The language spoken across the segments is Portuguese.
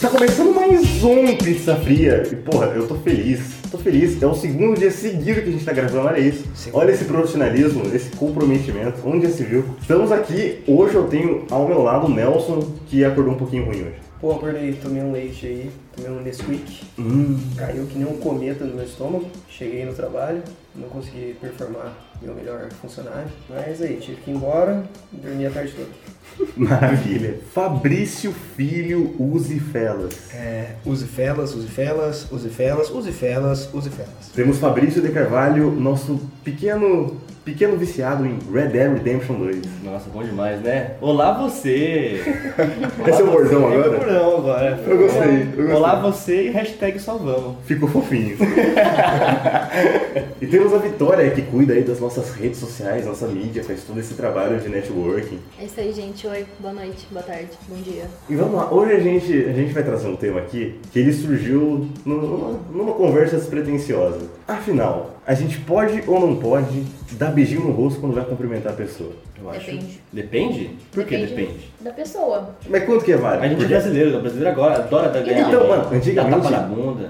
Tá começando mais um Pizza Fria. E porra, eu tô feliz. Tô feliz. É o segundo dia seguido que a gente tá gravando, olha isso. Segundo. Olha esse profissionalismo, esse comprometimento. Onde já se viu? Estamos aqui. Hoje eu tenho ao meu lado o Nelson, que acordou um pouquinho ruim hoje. Pô, acordei, tomei um leite aí, tomei um Nesquik, Hum. caiu que nem um cometa no meu estômago. Cheguei no trabalho, não consegui performar meu melhor funcionário. Mas aí, tive que ir embora, dormi a tarde toda. Maravilha. Fabrício Filho Use Felas. É, use felas, use felas, use felas, use felas, use felas. Temos Fabrício de Carvalho, nosso pequeno, pequeno viciado em Red Dead Redemption 2. Nossa, bom demais, né? Olá você! Esse é o bordão É agora? meu bordão agora. Eu gostei, eu gostei. Olá você e hashtag só vamos. Ficou fofinho. e temos a Vitória, que cuida aí das nossas redes sociais, nossa mídia, faz todo esse trabalho de networking. É isso aí, gente. Oi, boa noite, boa tarde, bom dia. E vamos lá, hoje a gente, a gente vai trazer um tema aqui que ele surgiu nu- numa, numa conversa despretensiosa. Afinal, a gente pode ou não pode dar beijinho no rosto quando vai cumprimentar a pessoa? Eu acho. Depende. Depende? Por que depende? Da pessoa. Mas quanto que é válido? A gente é Porque brasileiro, o brasileiro agora adora dar ganhar. Então, bem, mano, dar antigamente- Tapa na bunda.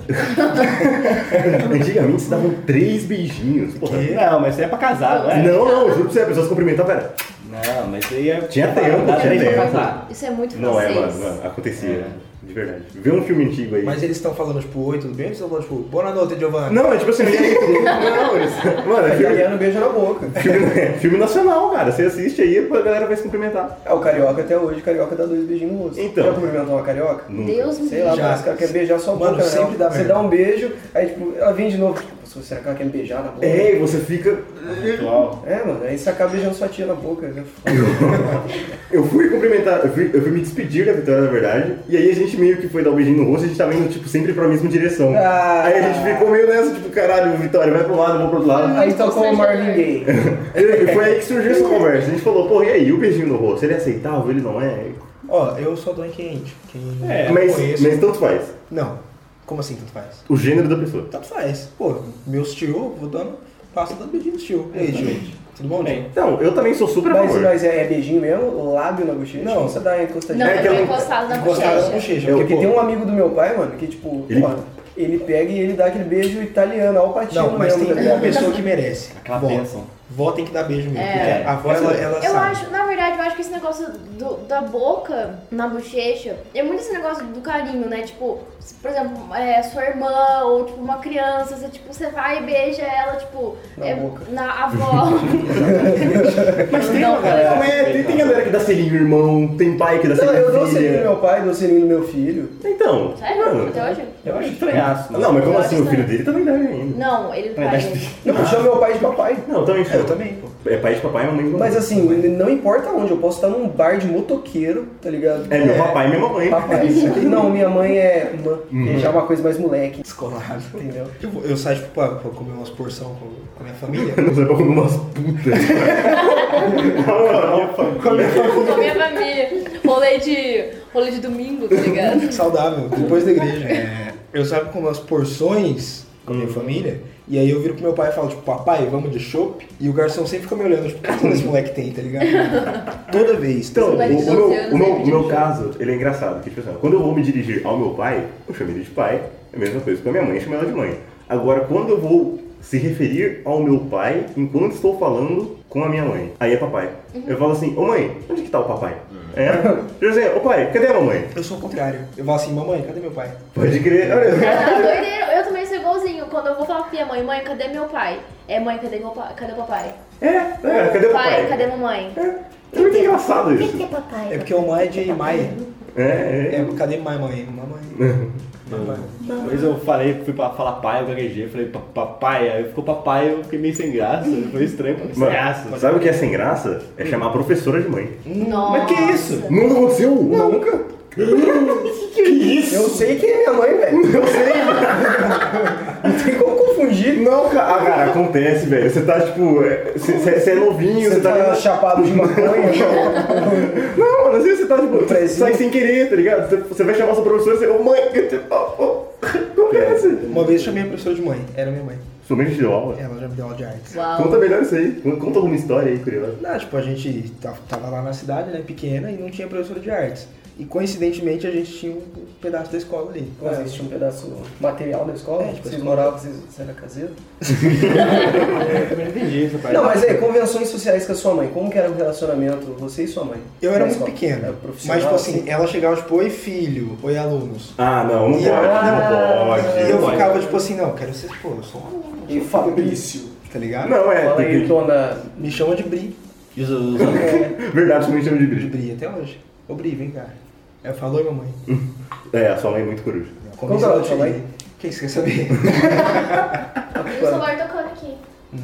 antigamente se davam três beijinhos. Porra. Não, mas isso aí é pra casar, não é? Não, não, juro pra você, a pessoa se cumprimentava, era... Não, mas isso aí é. Tinha pra- tempo, dá tinha pra tempo. casar. Isso é muito Não é, francês. mano, mano, acontecia, É. de verdade. Vê um filme antigo aí. Mas eles estão falando, tipo, oi, tudo bem? Eles estão falando, tipo, boa noite, Giovanni. Não, é tipo assim, não, não, isso. Mano, é filme, Italiano beija na boca. filme- filme nacional, cara. Você assiste aí, a galera vai se cumprimentar. É, o carioca até hoje, o carioca dá dois beijinhos no rosto. Então. Já cumprimentou uma carioca? Nunca. Deus me Sei lá, Já. mas o cara quer beijar sua Mano, boca, né? sempre dá Você merda. dá um beijo, aí tipo, ela vem de novo. Tipo, "Pô, será que ela quer me beijar na boca? É, e você fica. Ritual. É, mano, aí você acaba beijando sua tia na boca. né? Eu fui cumprimentar, eu fui, eu fui me despedir da Vitória, na verdade. E aí a gente meio que foi dar um beijinho no rosto e a gente tava indo, tipo, sempre pra mesma direção. Ah. Aí a gente ficou meio nessa, tipo, caralho, Vitória, vai pro lado, vou pro outro lado. Aí tocou é o Marvin Gaye. E foi aí que surgiu essa conversa. A gente falou, pô, e aí, e o beijinho no rosto? Ele é aceitável, ele não é? Ó, eu só dou em quem, quem É, eu mas, conheço. mas tanto faz. Não, como assim tanto faz? O gênero da pessoa. Tanto faz. Pô, meus tio, vou dando, passo dando beijinho nos tio. E aí, Exatamente. tio? Tudo bom, tio? Bem, Então, eu também sou super a Mas, favor. mas é, é beijinho mesmo? Lábio na bochecha? Não. Ou você dá Não, encostadinha? É é que eu- encostado na Gostaram Tá da bochecha. bochecha, Eu- porque Porque pô, tem um amigo do meu pai, mano, que tipo, Ele- ele, ele pega e ele dá aquele beijo italiano, ao patinho Não, mas mesmo, tem tá ligado? uma pessoa que merece. Aquela Vó. bênção. Vó tem que dar beijo mesmo, É. porque a vó, ela, ela Eu sabe. acho, na verdade, eu acho que esse negócio do- da boca na bochecha é muito esse negócio do carinho, né? Tipo, se, por exemplo, é, sua irmã ou tipo uma criança, você, tipo, você vai e beija ela, tipo, Na é, boca. na avó. Mas tem Não, uma galera. Não é, tem, tem galera que dá selinho, irmão. Tem pai que dá Não, selinho. eu dou filha. selinho no meu pai, dou selinho no meu filho. Então. Sério? Mano, Até hoje? Eu acho estranhaço. né? não, mas como Eu assim? acho O filho dele estranho. também dá ainda. Não, ele Mas vai. acho- Não, eu chamo meu pai de papai. Não, também É, eu sou. também, pô. É pai de papai e mamãe de mamãe. Mas assim, não importa onde, eu posso estar num bar de motoqueiro, tá ligado? É meu papai e minha mamãe. Papai. Não, minha mãe é mãe. Já é uma coisa mais moleque, Descolado. entendeu? Eu, vou- eu saio, tipo, pra, pra comer umas porção com, com a minha família. Não sei pra comer umas putas. Na moral. Com a minha família. Rolê de, rolê de domingo, tá ligado? Saudável, depois da igreja. É, eu saio com umas porções com a minha família, e aí eu viro pro meu pai e falo, tipo, papai, vamos de chopp? E o garçom sempre fica me olhando, tipo, o que esse moleque tem, tá ligado? Toda vez. Então, o, o Vai de meu, 12 anos, o meu- vai o pedir meu um caso, ele é engraçado. Que, tipo assim, quando eu vou me dirigir ao meu pai, eu chamo ele de pai. É a mesma coisa que a minha mãe, chama ela de mãe. Agora, quando eu vou se referir ao meu pai enquanto estou falando com a minha mãe, aí é papai. Uhum. Eu falo assim, ô mãe, onde que tá o papai? É? José, ô pai, cadê a mamãe? Eu sou o contrário. Eu falo assim, mamãe, cadê meu pai? Pode crer. Olha, Cara, doideira. Tá Eu também sou igualzinho. Quando eu vou falar pra minha mãe, mãe, cadê meu pai? É, mãe, cadê meu pai? Cadê o papai? É, é, cadê o papai? Pai, cadê mamãe? É, é muito engraçado isso. papai? É porque o mãe é de Maia. É, é. É, cadê mãe, mãe? Mamãe. Mamãe. Uma vez eu falei, fui pra falar pai, eu gaguejei, falei pa- papai, aí ficou papai, eu fiquei meio sem graça, foi estranho, foi sem Mano, graça. sabe o que é sem graça? É chamar a professora de mãe. Nossa. Mas que isso? Nunca aconteceu? Nunca. Que isso? Eu sei quem é minha mãe, velho. Eu sei. Não tem como confundir. Não, cara, ah, cara, acontece, velho. Você tá, tipo, é, você- você você é novinho, você, Você tá. tá chapado de maconha? Não, mano, às vezes você tá, tipo, Prezinho. sai sem querer, tá ligado? Você, você vai chamar sua professora e você, ô mãe, que te papo. Acontece. Uma vez eu chamei a professora de mãe. Era minha mãe. Sua mãe te deu aula. Ela já me deu aula de artes. Uau. Conta melhor isso aí. Conta alguma história aí, curiosa. Não, tipo, a gente ta- tava lá na cidade, né, pequena, e não tinha professora de artes. E coincidentemente a gente tinha um pedaço da escola ali. Como assim, tinha um pedaço material da escola? É, tipo, vocês assim, moravam, vocês vocês eram caseiros? É, Eu também não entendi essa parte. Não, mas aí, convenções sociais com a sua mãe. Como que era o relacionamento você e sua mãe? Eu era Na muito escola? Era pequeno. profissional, Mas, tipo assim, ela chegava, tipo, oi filho, oi alunos. Ah, não, não E pode, eu- não pode. E eu não ficava, tipo assim, não, quero ser, pô, eu sou um aluno, assim, E Fabrício. tá ligado? pode. Não, é, Fala aí, então. tem, dona... É, Me chama de Bri. E os- os- os- tem, verdade, você me chama de De brilho. Bri até hoje. Ô Bri, vem cá. Ela falou, mamãe. É, a sua mãe é muito coruja. Como que é o nome da sua mãe? Quem você quer saber? O celular um tocando aqui.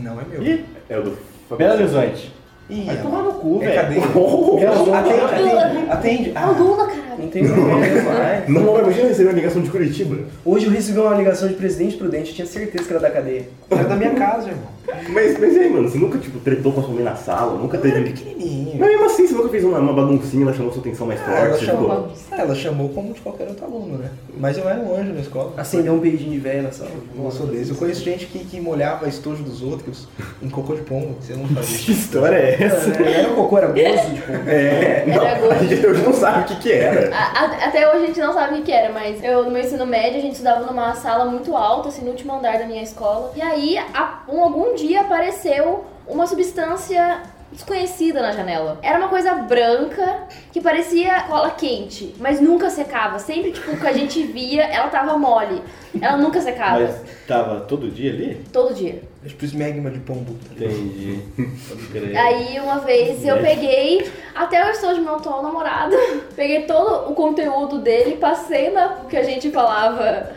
Não é meu. Ih, É o do Belo Horizonte. Ih, Vai ó. tomar no cu, É velho. cadeia. Oh, Atende, atende, atende. Tá. É o Ah, Lula, cara. Não tem problema mais. não, mas imagina receber uma ligação de Curitiba. Hoje eu recebi uma ligação de Presidente Prudente, tinha certeza que era da cadeia. era da minha casa, irmão. Mas, mas e aí, mano, você nunca, tipo, tretou com a sua mãe na sala? Nunca Eu era teve... um pequenininho. Mas mesmo assim, você nunca fez uma, uma baguncinha, ela chamou sua atenção mais Ah, ela, forte, tipo, você chamou, ficou... ah, ela chamou como de qualquer outro aluno, né? Mas eu era um anjo na Ah, escola. Acendeu um beijinho de velho na sala. Nossa, eu odeio. Eu conheço gente que, que molhava estojo dos outros em cocô de pombo. Você não fazia Que história é essa? Mano, né? Era um cocô, era gozo, tipo. É, não, Era a gente até hoje não sabe o que que era. A- a- até hoje a gente não sabe o que, que era, mas eu no meu ensino médio a gente estudava numa sala muito alta, assim, no último andar da minha escola. E aí, a- um- algum dia apareceu uma substância desconhecida na janela. Era uma coisa branca que parecia cola quente, mas nunca secava. Sempre, tipo, que a gente via, ela tava mole. Ela nunca secava. Mas tava todo dia ali? Todo dia. É tipo esmegma de pombo. tá ligado? Entendi. Pode crer. Aí uma vez eu Né? peguei até o estou de meu atual namorado. Peguei todo o conteúdo dele, passei na que a gente falava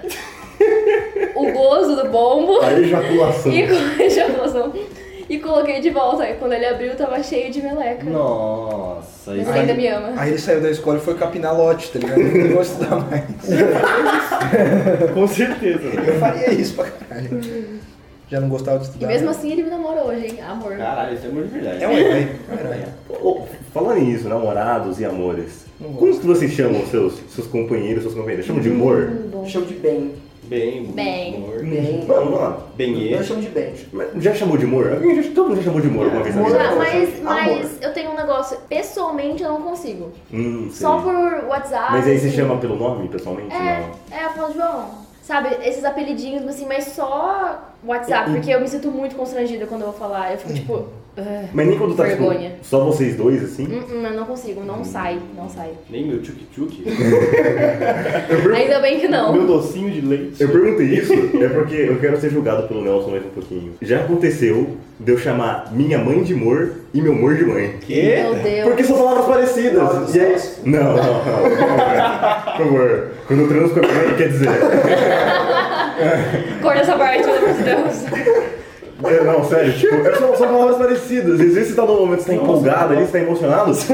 o gozo do bombo A ejaculação. e, co- já passou. e coloquei de volta. Aí quando ele abriu tava cheio de meleca. Nossa, Mas isso ele ainda me ama. Aí ele saiu da escola e foi capinar lote, tá ligado? Ele não vou estudar mais. com certeza. né? Eu faria isso pra caralho. Já não gostava de estudar. E mesmo né? assim ele me namora hoje, hein? Amor. Caralho, isso é muito verdade. É um herói. É um herói. Ô, falando nisso, namorados e amores, Não como que vocês chamam os seus, seus companheiros, suas companheiras? Chamam Uhum. de amor? Bom. Chamo de bem. Bem, Bem. amor. Bem. Mano, vamos lá. Bem Eu esse. chamo de bem. Mas Já chamou de amor? Alguém já, todo mundo já chamou de amor é alguma vez na Amor. Já, vida? mas, Amor. mas eu tenho um negócio, pessoalmente eu não consigo. Hum, sei. Só por WhatsApp. Mas aí você assim. chama pelo nome, pessoalmente? Não. É, é, eu falo João. Sabe, esses apelidinhos, assim, mas só WhatsApp, porque eu me sinto muito constrangida quando eu vou falar. Eu fico tipo. "Ugh, Mas nem quando tá tipo, Vergonha. só vocês dois, assim? hum, hum, eu não consigo, não sai, não sai. Nem meu tchuk-tchuk. Ainda bem que Meu não. docinho de leite. Eu perguntei isso, é porque eu quero ser julgado pelo Nelson mais um pouquinho. Já aconteceu de eu chamar minha mãe de amor e meu amor de mãe. Quê? Meu Deus. Porque são palavras parecidas. Nossa, e aí... nossa. Não, não, não. Por favor. Por favor. Quando eu transo com a minha mãe, quer dizer. Corta essa parte, pelo amor de Deus. É, não, sério. Tipo, é, são, são palavras parecidas. Às vezes você tá num momento, você tá empolgado ali, você tá emocionado. Você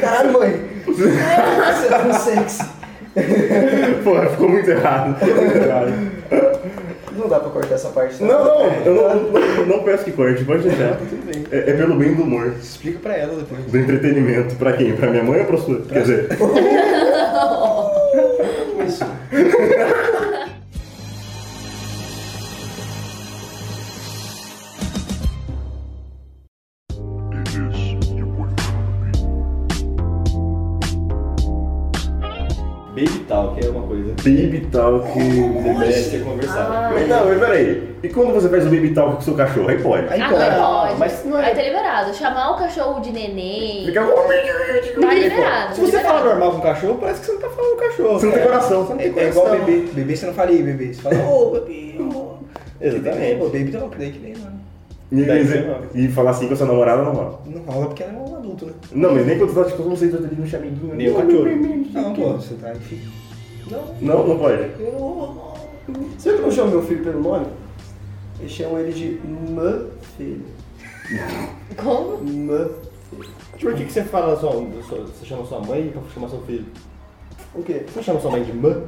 Caralho, mãe. Você tá no sexo. Porra, ficou muito errado. Não dá pra cortar essa parte. tá? Não, não. Eu não, não, não peço que corte, pode deixar. Tudo bem. É, é pelo bem do humor. Explica pra ela depois. Do entretenimento. Pra quem? Pra minha mãe ou pra sua? Quer dizer... Baby talk é uma coisa que Baby talk. merece ser conversada. Mas não, Então, mas peraí. E quando você faz o baby talk com o seu cachorro? Aí pode. Aí Ah, pode. não pode. mas não é- Aí tá liberado. Chamar o cachorro de neném. Fica. Tá liberado. Se você fala normal com o cachorro, parece que você não tá falando com o cachorro. Você não tem cara. coração. É, é igual bebê. Bebê você não fala aí, bebê. Você fala, ô, bebê. ô." Ô, Exatamente. bebê não, que daí que nem, mano. E, Daí mas- você não. e falar assim com a sua namorada não rola. Não rola porque ela é um adulto, né? Não, mas nem quando você tá tipo, como vocês dois ali no chameguinho. Nem o Não, cachorro. Não, pô, você tá aí, filho. Não. Não, não pode. Sabe que eu chamo meu filho pelo nome? Eu chamo ele de Mã Filho. Como? Mã. Tipo, Por que, que você fala sua, sua- você chama sua mãe pra chamar seu filho? O quê? Você não chama sua mãe de mã?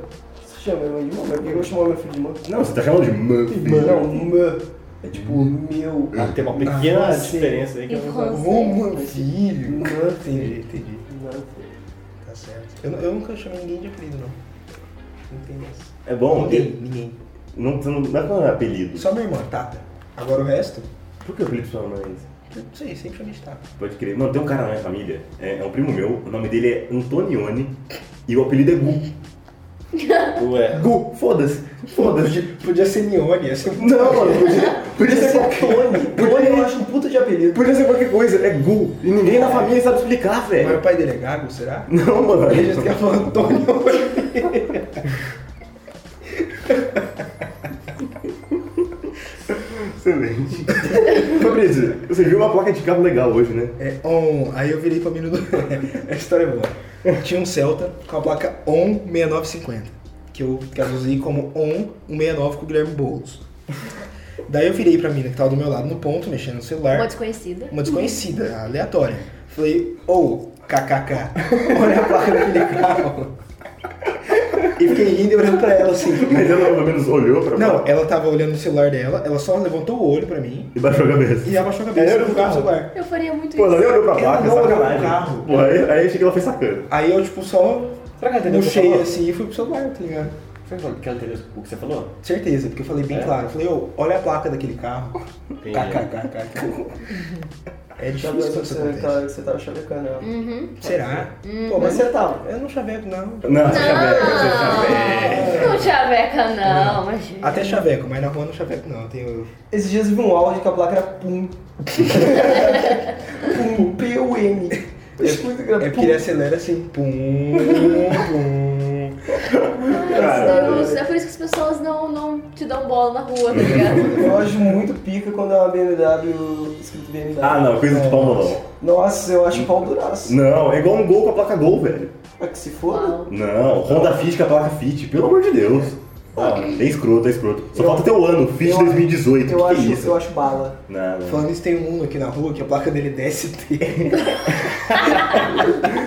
Você chama minha mãe de Mã? Mas por que eu chamo meu filho de Mã? Não, você tá chamando de muffin. Não, Mã. É tipo, meu. É Ah, tem uma pequena Ah, sim. diferença aí que eu Em não francês. Ô, mano, é um filho. Mã Entendi, Filho. tipo. entendi. Mã Filho. Tá certo. Eu, eu nunca chamei ninguém de apelido, não. Não tem essa. É bom? Ninguém, ninguém. Não, você não, não é com apelido. Só minha irmã, Tata. Agora o resto? Por que o apelido sua mãe é esse? Não sei, sempre foi militar. Pode crer. Mano, tem um cara na minha família, é, é um primo meu, o nome dele é Antonione e o apelido é Gu. Ué. Gu, foda-se, foda-se. Podia, podia ser Nione, ia ser Não, mano, podia, podia ser Tony. Tony eu Podia, acho um puta de apelido. podia ser qualquer coisa, é Gu. E ninguém na família sabe explicar, Mas velho. o pai dele é gago, será? Não, mano. Aí a gente quer falar Antônio. Excelente. Fabrício, você viu uma placa de carro legal hoje, né? É on. Aí eu virei pra menina do. Essa história é boa. Tinha um Celta com a placa ON 6950, que eu traduzir como ON 169 com o Guilherme Boulos. Daí eu virei pra mina que tava do meu lado no ponto, mexendo no celular. Uma desconhecida. Uma desconhecida, aleatória. Falei, ou, kkk, olha a placa daquele carro. E fiquei rindo e olhando pra ela assim. Mas ela pelo menos olhou pra Não, ela tava olhando no celular dela, ela só levantou o olho pra mim e baixou a cabeça. e abaixou a cabeça Ela e olhou pro colocou o carro. celular. Eu faria muito Pô, ela nem isso. olhou pra Ela placa, não olhou pro sacanagem. carro. Pô, aí, aí eu achei que ela foi sacana. Aí eu, tipo, só Será que ela entendeu o que eu puxei falei? assim e fui pro celular, tá ligado? Será que ela entendeu o que você falou? Certeza, porque eu falei bem É? claro. Eu falei, ô, olha a placa daquele carro. Entendi. KKKK. Tá É Sabe difícil quando quando isso você, acontece. tá, você tava chavecando ela. Uhum. Será? Pô, Pô, Hum, mas você tá- tava. eu Hum, não chaveco, não. Não, você chaveca, você chaveca. Não, não chaveca não, imagina. Até chaveco, mas na rua eu não chaveco, não. Eu tenho... Esses dias eu vi um áudio que a placa era PUM. PUM, P-U-M. É porque ele acelera assim, pum, pum. Ai, Deus, é por isso que as pessoas não, não te dão bola na rua, tá ligado? Eu acho muito pica quando é uma BMW escrito BMW. Ah, não, coisa de pau não. É. Nossa, eu acho pau duraço. Não, é igual um gol com a placa gol, velho. É que se foda. Uau. Não, Honda Fit com a placa Fit, pelo amor de Deus. Ah, é escroto, é escroto. Só falta ter o ano, Fit eu- 2018, Eu que que acho, é isso? eu acho bala. Nada. Falando isso, tem um aqui na rua que a placa dele é DST.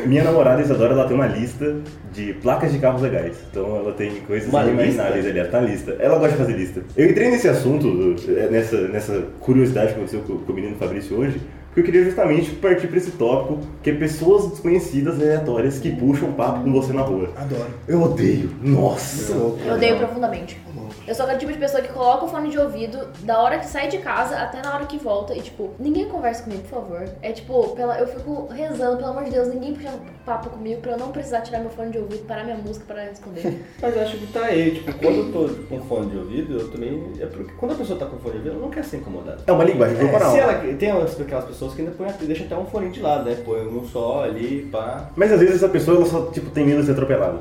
Minha namorada Isadora, ela tem uma lista de placas de carros legais. Então ela tem coisas Uma inimagináveis ali, ela tá na lista. Ela gosta de fazer lista. Eu entrei nesse assunto, eh, nessa, nessa curiosidade que aconteceu com, com o menino Fabrício hoje, porque eu queria justamente partir pra esse tópico, que é pessoas desconhecidas aleatórias que puxam papo com você na rua. Adoro. Eu odeio. Nossa. Eu odeio profundamente. Eu sou aquele tipo de pessoa que coloca o fone de ouvido da hora que sai de casa até na hora que volta e, tipo, ninguém conversa comigo, por favor. É tipo, pela, eu fico rezando, pelo amor de Deus, ninguém puxa papo comigo pra eu não precisar tirar meu fone de ouvido, parar minha música, parar de responder. Mas eu acho que tá aí, tipo, quando eu tô com fone de ouvido, eu também. É porque quando a pessoa tá com fone de ouvido, ela não quer ser incomodada. É uma linguagem corporal. se ela, tem umas- aquelas pessoas que ainda põe, deixa até um fone de lado, né? Põe um só ali, pá. Mas às vezes essa pessoa ela só tipo, tem medo de ser atropelada.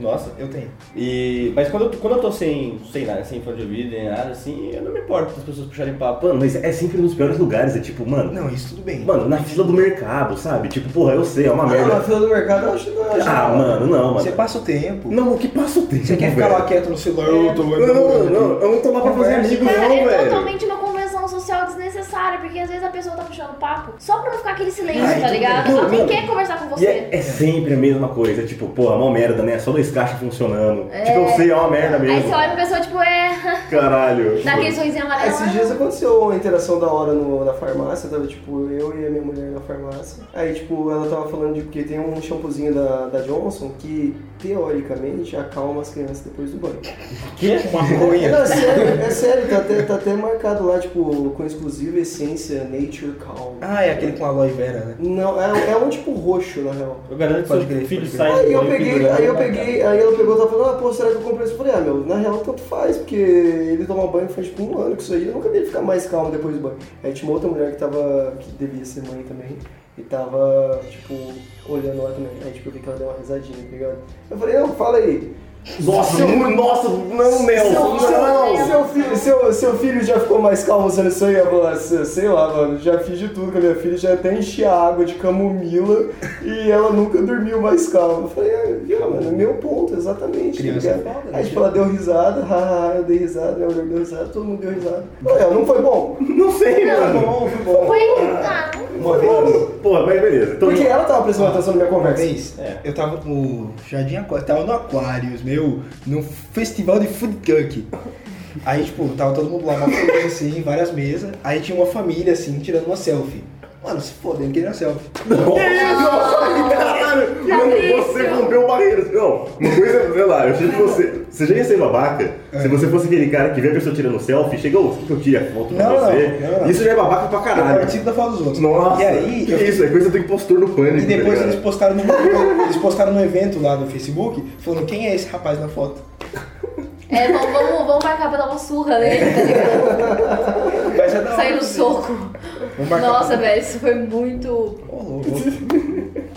Nossa. Eu tenho. E, mas quando eu, tô- quando eu tô sem, sem nada, sem fone de ouvido, nem nada, assim, eu não me importo das pessoas puxarem papo. Mano, mas é sempre nos piores lugares. É tipo, mano, Não, isso tudo bem. mano, na fila do mercado, sabe? Tipo, porra, eu sei, é uma Ah, na merda. fila do mercado eu acho. Eu acho Ah, bala. mano, não, mano. Você passa o tempo. Não, o que passa o tempo? Você quer ficar velho? lá quieto no celular? Eu tô Não, não, não, eu não tô lá pra fazer Conversa. amigo, não, Cara, é velho. totalmente uma convenção social desnecessária, porque às vezes a pessoa tá puxando papo só pra não ficar aquele silêncio, Ai, tá tudo ligado? bem. Ela Não, não não. quer conversar com E você. é, é sempre a mesma coisa, tipo, porra, mó merda, né? Só dois caixas funcionando. Tipo, eu sei, é uma merda Aí mesmo. você olha pra pessoa, tipo, é. Caralho. Dá aquele sorrisinho amarelo. Esses dias aconteceu uma interação da hora no- na farmácia, tava tipo eu e a minha mulher na farmácia. Aí, tipo, ela tava falando de porque tem um shampoozinho da, da Johnson que, teoricamente, acalma as crianças depois do banho. Maconha. Não, é sério, é sério, tá até, tá até marcado lá, tipo, com exclusiva essência Nature Calm. Ah, é aquele com aloe vera, né? Não, é, é um tipo roxo, na real. Eu garanto que Pode seu crer, filho pode sai Aí eu banho peguei, É, pendurado aí eu na cara. peguei, aí ela pegou e tava falando, ah, pô, será que eu comprei isso? Eu falei, ah, meu, na real tanto faz, porque ele toma banho faz tipo um ano que isso aí, eu nunca vi ele ficar mais calmo depois do banho. Aí tinha uma outra mulher que tava, que devia ser mãe também, e tava, tipo, olhando lá também. Aí tipo, eu vi que ela deu uma risadinha, tá ligado? Eu falei, não, fala aí. Nossa, mu- nossa, não, Seu, Nelson. seu- não. seu filho, seu, seu filho já ficou mais calmo usando isso aí? Eu falei, "Ah, sei- sei lá, mano, já fiz de tudo com a minha filha, já até enchi a água de camomila e ela nunca dormiu mais calma. Eu falei, ah, viu, mano, é meu ponto, exatamente. tá Criança ligado?" é foda, né, aí tipo, ela deu risada, haha, eu dei risada, minha mulher deu risada, todo mundo deu risada. Eu falei, "Ah, não foi bom? Não sei, mano. bom, foi bom. Foi. Ah, não. Foi bom. Porra, mas beleza. Então, Porque ela tava prestando atenção na minha Uma conversa. É. vez, eu tava no Jardim Aquário, tava no Aquarius, meu, no festival de food truck. Aí, tipo, tava todo mundo lá, uma coisa assim, várias mesas. Aí tinha uma família, assim, tirando uma selfie. Mano, se fodendo, queria selfie. Nossa, caralho! Mano, Fabrício. você rompeu barreiras. Não, uma coisa, sei lá, eu achei que você. Você já ia ser babaca É. se você fosse aquele cara que vê a pessoa tirando selfie, chega, ô, você quer que eu tire a foto pra Não, não, você? não, não. Isso já é babaca pra Eu caralho. participo da fala dos outros. Nossa, E aí, que eu- isso? É coisa do impostor do pânico. E depois tá eles ligado? postaram, num, eles postaram num evento lá no Facebook, falando quem é esse rapaz na foto. É, vamos, vamos, vamos marcar pra dar uma surra nele, tá ligado? Mas é da hora. Sair no soco. Vamos marcar. Nossa, velho, isso foi muito Ô, louco.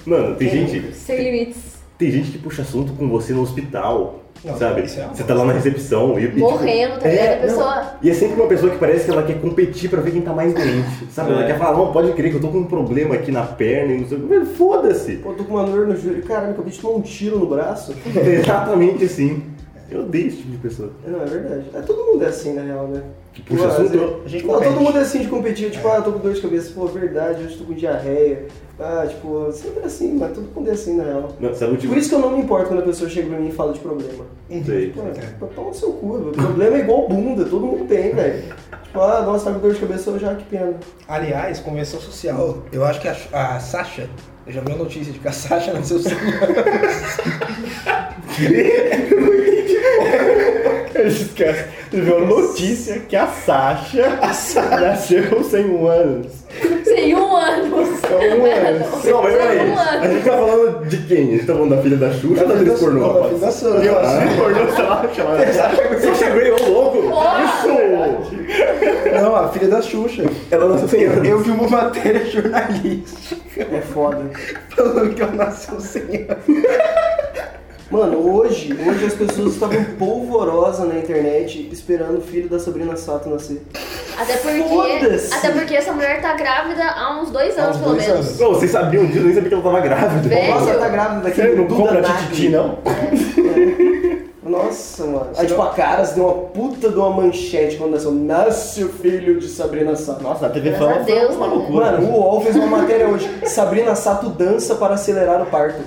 Mano, É. tem gente, sem limites. tem gente que puxa assunto com você no hospital. Não, sabe? isso é uma Você tá lá na recepção e. e, tipo, Morrendo, tá ligado? A é, não. pessoa. E é sempre uma pessoa que parece que ela quer competir pra ver quem tá mais doente. Sabe? Ela É. quer falar, não, pode crer que eu tô com um problema aqui na perna e não sei o que. Velho, Foda-se! Pô, tô com uma dor no joelho. Caralho, acabei de tomar um tiro no braço. Exatamente assim. Eu odeio esse tipo de pessoa. É, Não, é verdade. É, todo mundo é assim, na real, né? Que puxa Às assunto, vezes- a gente não, compete. todo mundo é assim de competir. Tipo, ah, tô com dor de cabeça. Pô, verdade, hoje tô com diarreia. Ah, tipo, sempre é assim, mas todo mundo é assim, na real. Não, sabe o Por tipo? isso que eu não me importo quando a pessoa chega pra mim e fala de problema. Não sei. Pô, é. toma no seu cu, o problema é igual bunda, todo mundo tem, velho. Tipo, ah, nossa, tá com dor de cabeça, eu já que pena. Aliás, convenção social. Eu acho que a, a Sasha, eu já vi a notícia de que a Sasha nasceu sem. Esquece. Teve uma notícia que a Sasha nasceu sem um anos. Sem um ano. Então, um ano. Não, mas Sem peraí. um ano. A gente tá falando de quem? A gente tá falando da filha da Xuxa ou da atriz pornô? Não, rapaz? da Sasha. Eu acho que pornô, sei lá, chamada. Sasha Grey, ô louco! Porra! Isso! Não, a filha da Xuxa. Ela nasceu sem Eu, anos. eu vi uma matéria jornalística É foda. falando que ela nasceu sem anos. Mano, hoje, hoje as pessoas estavam polvorosas na internet esperando o filho da Sabrina Sato nascer. Até porque, Foda-se. até porque essa mulher tá grávida há uns dois Há anos, uns pelo dois menos. anos. Não, vocês sabiam disso, eu nem sabia que ela tava grávida. Velho. Nossa, ela tá grávida Você daquele não Duda compra Nagli. tititi, né? não? Nossa, mano. Aí, tipo, a Caras deu uma puta de uma manchete quando nasceu. Nasce o filho de Sabrina Sato. Nossa, a TV Graças "Ah, Fama a foi Deus, uma né? loucura. Mano, o UOL fez uma matéria hoje. Sabrina Sato dança para acelerar o parto.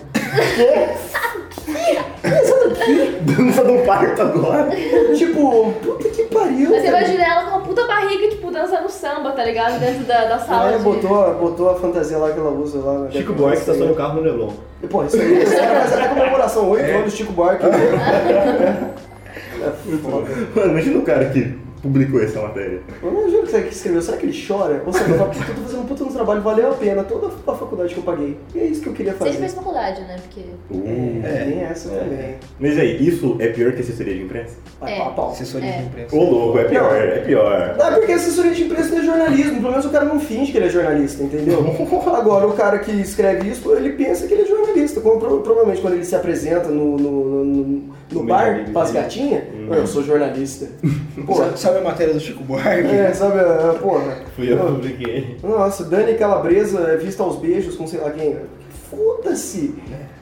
Dança do Tá parto agora. tipo, puta que pariu. Mas você velho. imagina ela com uma puta barriga, tipo, dançando samba, tá ligado? Dentro da, da sala. Ela de- botou, a- botou a fantasia lá que ela usa lá. na Chico década Buarque tá de estaciona o 60. carro no Leblon. E, Pô, isso aí, é isso aí mas era comemoração. Oito anos, Chico É. Buarque. É foda. Mano, imagina o cara que publicou essa matéria. Eu não juro que você que escreveu. Será que ele chora? Ou será que ele fala, "Puta, eu tô fazendo um puta no trabalho, valeu a pena toda a faculdade que eu paguei. E é isso que eu queria Você já fazer. fez faculdade, né? Porque. Uh. É, tem essa também. Mas aí, isso é pior que assessoria de imprensa? Vai É. pra pau. Assessoria de imprensa. Ô louco, é pior, é pior. Ah, porque assessoria de imprensa não é jornalismo. Pelo menos o cara não finge que ele é jornalista, entendeu? Agora, o cara que escreve isso, ele pensa que ele é jornalista. Como pro- provavelmente quando ele se apresenta no, no, no- no- no No meio bar, dele, faz né? gatinha, "Ah, eu sou jornalista. Porra. Sabe, sabe a matéria do Chico Buarque? É, sabe, ah, porra. Fui eu que publiquei. Nossa, Dani Calabresa é vista aos beijos com sei lá quem. Foda-se!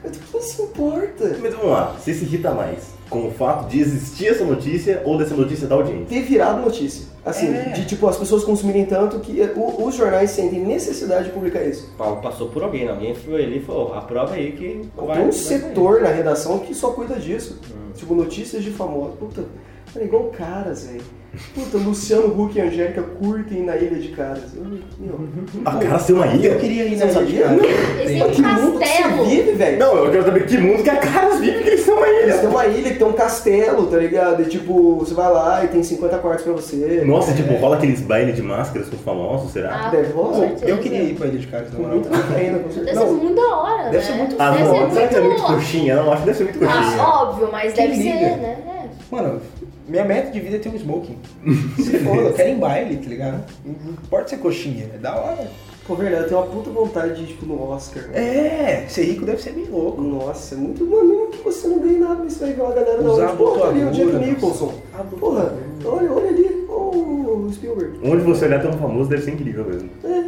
Mas Quem se importa? Mas vamos lá, você se irrita mais com o fato de existir essa notícia ou dessa notícia da audiência? ter virado notícia. Assim, É. de tipo, as pessoas consumirem tanto que o- os jornais sentem necessidade de publicar isso. Paulo passou por alguém, né? alguém foi ali e falou, aprova aí que Tem um setor na redação que só cuida disso. Tipo, notícias de famosos. Puta, era igual caras, velho. Puta, Luciano Huck e Angélica curtem na ilha de caras. Eu, meu, A cara ser uma Eu ilha? queria ir na Você não Ilha de sabia? Caras. Eles Tem. têm um que mundo que você castelo. vive, velho? Não, eu quero saber que mundo que a Caras vive que eles são uma Eles têm ilha. uma ilha que tem um castelo, tá ligado? E tipo, você vai lá e tem 50 quartos pra você. Nossa, tipo, rola aqueles baile de máscaras com os famosos, será? Ah, Deve rolar. com certeza. Eu queria ir pra Ilha de Caras, na Com Uhum. moral. muita cocaína, com Deve certeza. ser Não, muito da hora, né? Deve ser muito Ah, Deve não, será que ser é muito. muito coxinha? Não, acho que deve ser muito é. coxinha. Ah, óbvio, mas Quem deve liga? ser, né? É. Mano, minha meta de vida é ter um smoking. Se foda, eu quero ir em baile, tá ligado? Não importa ser coxinha, é da hora. Pô, verdade, eu tenho uma puta vontade de ir, tipo, no Oscar. É, ser rico deve ser bem louco. Nossa, é muito maneiro que você não ganha nada nisso aí, igual a galera da Usar onde? Porra, ali o Jack botadura, né? Nicholson. nossa. Porra, olha, olha ali, o Spielberg. Onde você olhar tão famoso deve ser incrível mesmo. É,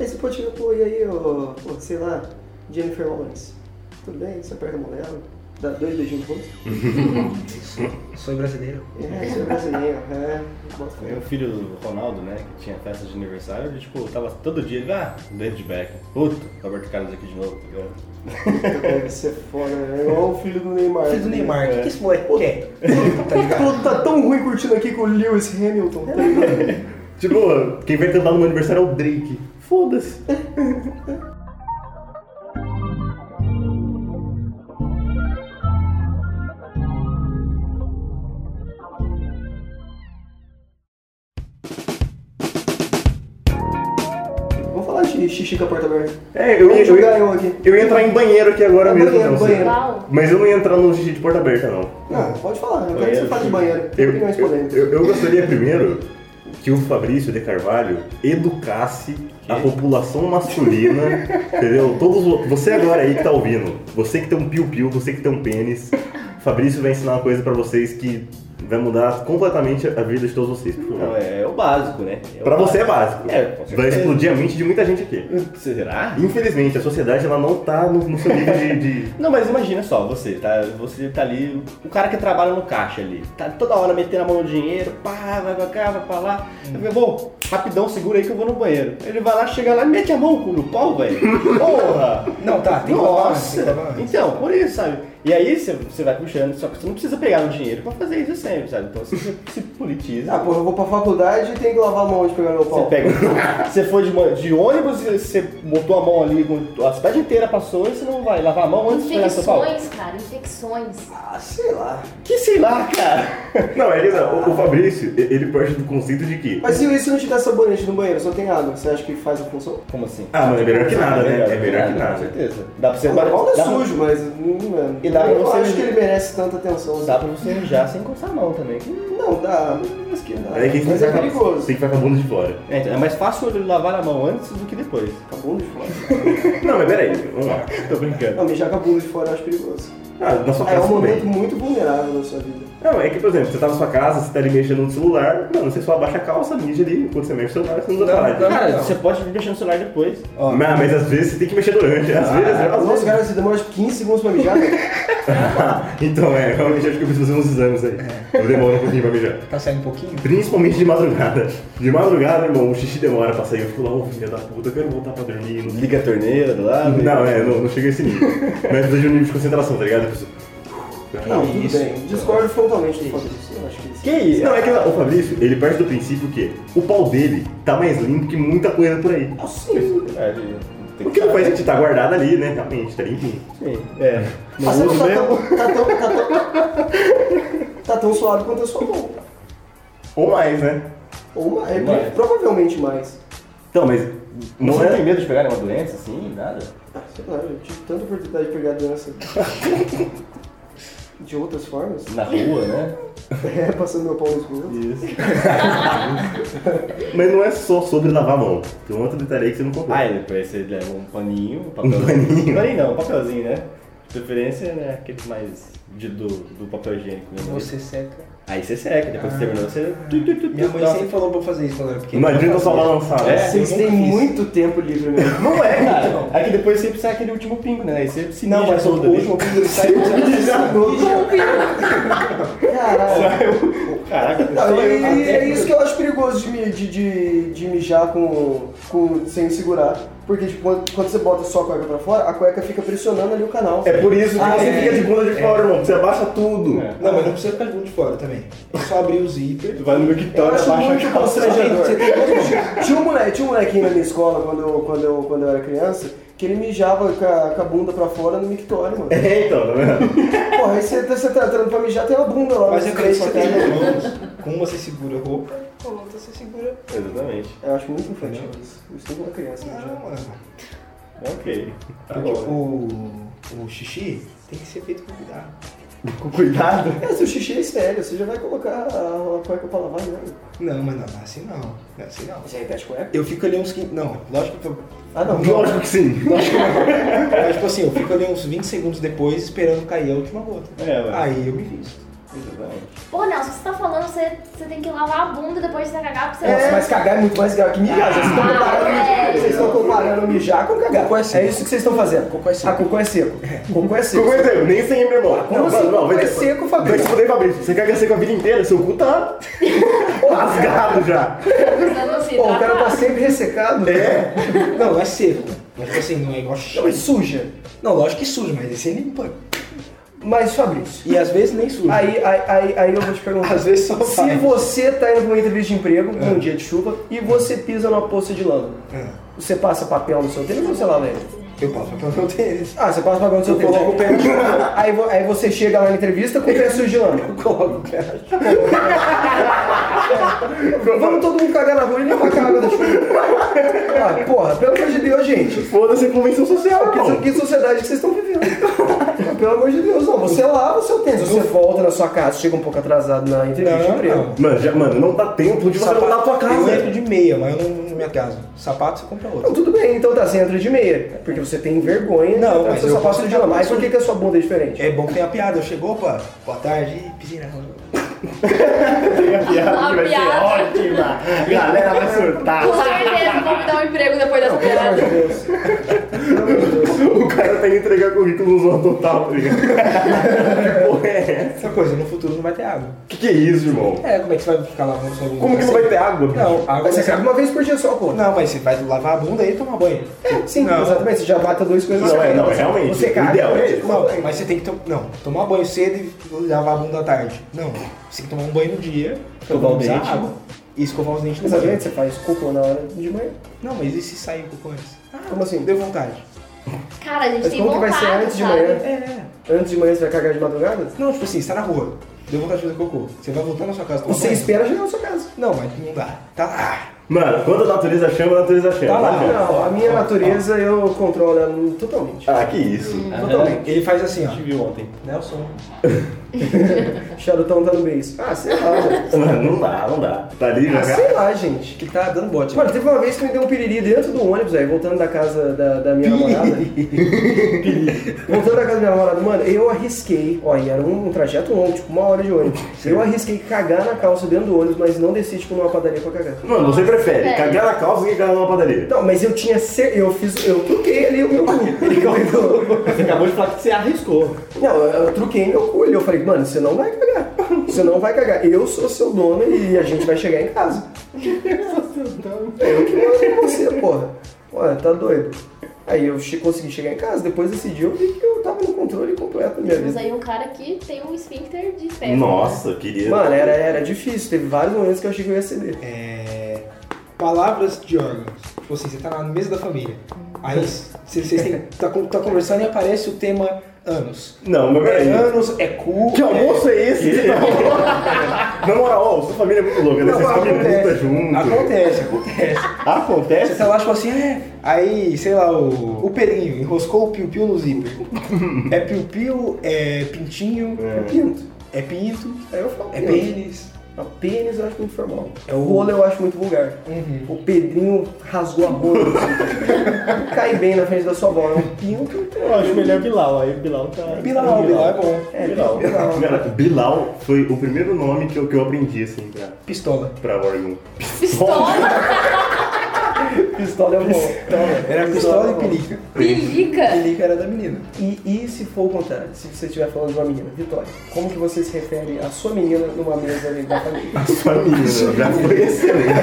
aí você pode chegar, pô, e aí, ó, pô, sei lá, Jennifer Lawrence. Tudo bem, você aperta a mão dela, dá dois beijinhos no rosto. Sou brasileiro. É, você é brasileiro, é, bota fé. Meu filho do Ronaldo, né, que tinha festa de aniversário, ele, tipo, tava todo dia, ele, ah, David Beckham, puta, Roberto Carlos aqui de novo, tá ligado? Deve ser foda, né? Igual o filho do Neymar. Filho do Neymar, o que, que esse moleque quer? tá ligado? Pô, tá tão ruim curtindo aqui com o Lewis Hamilton, tá ligado? Tipo, quem vai cantar no meu aniversário é o Drake. Foda-se. xixi, xixi com a porta aberta. É, eu ia, Vamos eu, jogar ia, eu aqui. eu ia entrar em banheiro aqui agora É mesmo. banheiro, então, banheiro. Uau. Mas eu não ia entrar no xixi de porta aberta, não. Não, pode falar, né? eu quero que Banheiro, você fale de xixi. banheiro. Eu, Tem mais eu, polêmica. eu- eu gostaria primeiro que o Fabrício de Carvalho educasse a população masculina, entendeu? Todos, vo- você agora aí que tá ouvindo, você que tem um piu-piu, você que tem um pênis, o Fabrício vai ensinar uma coisa pra vocês que vai mudar completamente a vida de todos vocês, por Não, favor. é, é o básico, né? É o Pra você é básico. básico. É, com vai certeza. explodir a mente de muita gente aqui. Será? Infelizmente, a sociedade ela não tá no, no seu nível de- de Não, mas imagina só, você tá, você tá ali, o cara que trabalha no caixa ali, tá toda hora metendo a mão no dinheiro, pá, vai pra cá, vai pra lá. Hum. Eu falei, bom, rapidão, segura aí que eu vou no banheiro. Ele vai lá, chega lá e mete a mão no pau, velho. Porra! Não, tá, tem que lavar antes, tem que lavar Nossa! antes. Então, por isso, sabe? E aí você, você vai puxando, só que você não precisa pegar no dinheiro pra fazer isso sempre, sabe? Então você se- se politiza. Ah, pô, eu vou pra faculdade e tenho que lavar a mão de pegar meu Você pau. pega. Você foi de, man- de ônibus e você botou a mão ali, a cidade inteira passou e você não vai lavar a mão antes de pegar seu pau? Infecções, cara, infecções. Ah, sei lá. Que sei lá, cara. Não, é que o, o Fabrício, e- ele parte do conceito de que. Mas se isso não te dá sabonete no banheiro, só tem água, você acha que faz a função? Como assim? Ah, mas é melhor que nada, né? É melhor que Com nada. certeza. Dá pra você. O pau é dá pra- sujo, mas não é. E dá pra Eu não você- acho que ele merece tanta atenção. assim. Dá pra você mijar sem encostar a mão também. que- Não, dá. Mas que dá. Aí quem Mas tem é que ficar- perigoso. Tem que ficar com a bunda de fora. É, então, é mais fácil ele lavar a mão antes do que depois. Com a bunda de fora. Não, mas peraí, vamos lá. Tô brincando. Não, mijar com a bunda de fora eu acho perigoso. Ah, na sua Ah, É casa um também. momento muito vulnerável na sua vida. Não, é que, por exemplo, você tá na sua casa, você tá ali mexendo no celular, mano, você só abaixa a calça, mija ali, quando você mexe no celular, você Ah, não então- usa Não, parada. não. Cara, você pode mexer no celular depois. Ó, Não, mas às vezes você tem que mexer durante, às Ah, é, vezes, Ah, é, às Nossa, vezes. cara, você demora tipo, 15 segundos pra mijar? né? Então é, realmente acho que eu preciso fazer uns exames aí. Eu demoro um pouquinho pra mijar. tá saindo um pouquinho? Principalmente de madrugada. De madrugada, irmão, o xixi demora pra sair. Eu fico lá, ô filha da puta, eu quero voltar pra dormir, não sei Liga a torneira do lado. Não, é, não, não chega a esse nível. Mas precisa de um nível de concentração, tá ligado? Eu assim, preciso- Não, tudo Isso. bem. Discordo frontalmente do Fabrício. Eu acho que isso. Que isso? Não, é que o Fabrício, ele parte do princípio que o pau dele tá mais limpo que muita coisa por aí. Ah, sim. É, O que não faz sentido, tá guardado ali, né? Realmente, tá limpinho. Sim, é. Não Mas você uso não tá mesmo. tão, tá, tão, tá, tão, tá tão suave quanto a sua mão. Ou mais, né? Ou mais, Mais. provavelmente mais. Então, mas não Você não tem é... medo de pegar nenhuma doença assim, nada? Ah, Sei lá, eu tive tanta oportunidade de pegar doença de outras formas. Na rua, né? É, passando meu pau nos esgoto. Isso. Mas não é só sobre lavar a mão. Tem um outro detalhe aí que você não contou. Ah, e depois você leva um paninho, um papelzinho. paninho. paninho não, um papelzinho, né? De preferência, né? Aquele mais de, do, do papel higiênico mesmo. Você seca. Aí você seca, depois que terminou, você. Tu, tu, tu, tu, Minha mãe dá uma sempre falou pra eu fazer isso quando eu era pequeno. Não adianta só balançar, né? É. Vocês eu têm nunca fiz. muito tempo livre né? mesmo. Não é, cara. É que depois sempre sai aquele último pingo, né? Aí você se Não, mija mas o todo ali. último vídeo ele sai Caralho. Caraca, Tá Não, eu- e, e é isso que eu acho perigoso de, mi- de, de, de mijar com, com, sem segurar. Porque tipo, quando, quando você bota só a cueca pra fora, a cueca fica pressionando ali o canal. É por isso que Ah, você é. fica de bunda de fora, irmão. Você abaixa tudo. É. Não, mas não precisa ficar de de fora também. É só abrir o zíper. Vai no Eu Victoria, acho abaixa muito a calça. constrangedor. Você tem- Tinha um moleque, tinha um molequinho na minha escola quando eu, quando eu, quando eu era criança, que ele mijava com a, com a bunda pra fora no mictório, mano. É, então, tá vendo? Porra, aí você, você tá entrando pra mijar, tem uma bunda lá. Mas né? eu creio que Só você tem tem a- as mãos. Com uma você segura a roupa, com a outra você segura. Exatamente. Eu acho muito infantil isso. Isso tem uma criança Não, mijando. mano. Tá Ok. Tá Porque bom. Tipo, o, o xixi tem que ser feito com cuidado. Com cuidado. É, se o xixi é estéreo, você já vai colocar a, a cueca pra lavar, né? Não, mas não, não é assim não. Não é assim não. Você repete cueca? Eu fico ali uns 15. Não, lógico que eu. Ah, não. Lógico que sim. Mas tipo assim, eu fico ali uns 20 segundos depois esperando cair a última gota. É, ué. Aí eu me visto. Exatamente. Pô, Nelson, você tá falando, você, você tem que lavar a bunda depois de você cagar pra você. Nossa, mas cagar é muito mais grave que mijar. Vocês estão comparando, é. vocês estão comparando mijar com cagar. Ah, Cocô é seco. É isso que vocês estão fazendo. Cocô é seco. Ah, cocô é seco. Cocô é seco. Como é teu? Nem sem, meu irmão. Como assim? Como é seco, Fabrício? Vai se fuder, Fabrício. Você caga seco a vida inteira, seu cu tá rasgado já. Precisando se Pô, o cara tá hidratar. sempre ressecado. É. Não, é seco. Mas tipo assim, não é igual xixi. Não, e suja. Não, lógico que suja, mas esse é limpa. Mas, Fabrício, E às vezes nem suja. aí, aí, aí, aí eu vou te perguntar. Às vezes É. só Se vai. você tá indo pra uma entrevista de emprego, num dia de chuva, e você pisa numa poça de lama, Ah, você passa papel no seu tênis ou você lava ele? eu passo papel no meu tênis. Ah, você passa papel no seu Eu tênis. coloco o pé aí, vo- aí você chega lá na entrevista com o pé sujo de lama. Coloco o pé. Vamos todo mundo cagar na rua e limpar com a água da chuva. Ah, porra, pelo amor de Deus, gente. Foda-se a convenção social, Que, so- pô. que sociedade que vocês estão vivendo? Pelo amor de Deus, não. Você lava o seu tênis, você volta na sua casa, chega um pouco atrasado na entrevista de Não, emprego. não. Mano, já, mano, não dá tempo de você Sapato- voltar pra tua Eu casa. entro de meia, mas eu não, não me atraso. Sapato você compra Não, outro. tudo bem, então tá, você entra de meia. Porque você tem vergonha. Não, tá, mas você eu só passa posso de já lá. Mas posso- por que, que a sua bunda é diferente? É bom que tem a piada. Eu chego, opa, boa tarde, Ih, piscina. Tem a piada A que vai ser piada. ótima. A galera vai surtar. Com certeza vão me dar um emprego depois dessa Pelo amor piada. de Deus. Pelo amor de Deus. O cara tá indo entregar currículo no Zona Total, tá ligado? que porra é essa? Outra coisa, no futuro não vai ter água. Que que é isso, irmão? É, como é que você vai ficar lavando sua bunda? Como que não vai ter água? bicho? Não, água Mas você vai ser- caga uma vez por dia só, pô. Não, mas você vai lavar a bunda e tomar banho. É, Sim, É, Não. exatamente. Você já mata duas coisas Não, é, não, Você- realmente. Você O caga. tipo, ideal é esse. Não, mas você tem que tom- não, tomar banho cedo e lavar a bunda à tarde. Não, você tem que tomar um banho no dia, Escovar o usar dente. água e escovar os dentes no banho. Exatamente, você faz cocô na hora de manhã. Não, mas e se sair um pouco antes? Ah, Como assim? Deu vontade. Cara, a gente Mas tem como que vai vontade, ser antes de sabe? manhã? É, é. Antes de manhã você vai cagar de madrugada? Não, tipo assim, você tá na rua, deu vontade de fazer cocô. Você vai voltar na sua casa tomar Você banho? espera chegar na sua casa. Não, mas não dá. Tá lá. Mano, quando a natureza chama, a natureza chama. Tá lá. Não, É, a minha natureza eu controlo ela totalmente. Ah, que isso. Totalmente. Ele faz assim, A gente ó. viu ontem. Nelson. Charutão dando beijo. Ah, sei lá, mano. Mano, não dá, não dá. Tá ali já. Ah, sei lá, gente. Que tá dando bote. Mano, teve uma vez que me deu um piriri dentro do ônibus, aí, voltando da casa da, da minha namorada. voltando da casa da minha namorada, mano, eu arrisquei. Ó, e era um, um trajeto longo, tipo uma hora de ônibus. Eu arrisquei cagar na calça dentro do ônibus, mas não desci, tipo, numa padaria pra cagar. Mano, você prefere velho. cagar na calça do que cagar numa padaria? Não, mas eu tinha cer... eu fiz, eu truquei ali o meu cu. Ele calculou. Você acabou de falar que você arriscou. Não, eu, eu truquei meu cu ali. Eu falei, mano, você não vai cagar. Você não vai cagar. Eu sou seu dono e a gente vai chegar em casa. Eu que mando em você, porra. Ué, tá doido. Aí eu che- consegui chegar em casa, depois desse dia eu vi que eu tava no controle completo da minha Temos vida. aí um cara que tem um esfíncter de ferro. Nossa, queria. Mano, era, era difícil. Teve vários momentos que eu achei que eu ia ceder. É, palavras de órgãos. Tipo assim, você tá na mesa da família. Aí Hum. vocês têm- tá, con- tá conversando e aparece o tema anos. Não, mas É peraí. anos, é cu. Que almoço é esse? Na moral, ó, sua família é muito louca, né? Não, Vocês comem puta acontece, junto. acontece, acontece. Você Acontece? tá lá, tipo assim, é. Aí, sei lá, o, o pelinho enroscou o piu-piu no zíper. É piu-piu, é pintinho, É pinto. é pinto, Aí eu falo, é pinto. pênis. Não, pênis eu acho muito formal. É o- Rola eu acho muito vulgar. Uhum. O Pedrinho rasgou a rola. assim. Cai bem na frente da sua bola. É um pinto. Eu acho melhor Bilal, aí o Bilal tá. Bilal, Bilal é bom. É, Bilal. Bilal. Cara, Bilal foi o primeiro nome que eu, que eu aprendi, assim, pra, Pistola. pra órgão. Pistola, Pistola é bom. é Era pistola e pelica. pelica. Pelica era da menina. E, e se for o contrário? Se você estiver falando de uma menina, Vitória, como que você se refere à sua menina numa mesa ali da família? A sua menina né? já foi excelente.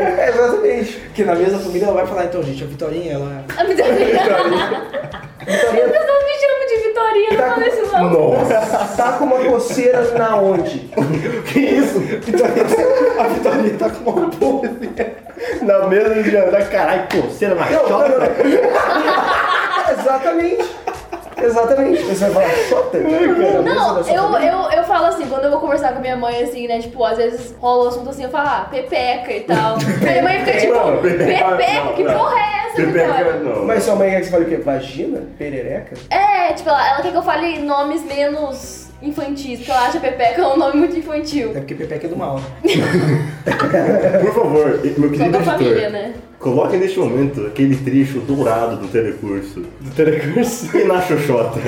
É, exatamente. Porque na mesa da família ela vai falar, então, gente, a Vitorinha, ela. é A Vitorinha. As Vitória pessoas me chamam de Vitorinha, não fala isso não. Nossa, tá com uma coceira na onde? que isso? A Vitorinha tá com uma pose. Na mesa de jantar, caralho, coceira na Não, não, chota. não. Exatamente. Exatamente. Você vai falar chota? Não, eu, eu, eu falo assim, quando eu vou conversar com a minha mãe, assim, né? Tipo, às vezes rola o assunto assim, eu falo, ah, pepeca e tal. Aí minha mãe fica tipo, Não, pepeca, pepeca, que não, não. porra é essa, Pepeca, Vitória? não. Mas sua mãe quer que você fale o quê? Vagina? Perereca? É, tipo, ela, ela quer que eu fale nomes menos infantis, porque ela acha pepeca um nome muito infantil. É porque Pepeca é do mal, né? Por favor, meu querido Só da editor, família, né? coloque neste momento aquele trecho dourado do telecurso. Do telecurso? E na xoxota.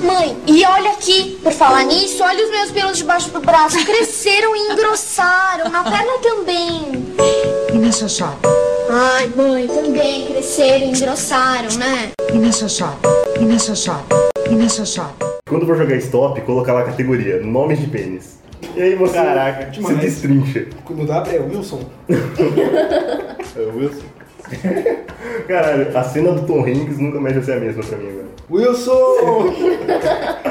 Mãe, e olha aqui, por falar nisso, olha os meus pelos debaixo do braço. Cresceram e engrossaram, na perna também. E na xoxota? Ai, mãe, também cresceram e engrossaram, né? E na xoxota? E na xoxota? E na xoxota? Quando for jogar stop, coloca lá a categoria, nomes de pênis. E aí você, Caraca, se demais. destrincha. Mudar é Wilson. É o Wilson? Caralho, a cena do Tom Hanks nunca mais vai ser a mesma pra mim agora. Wilson!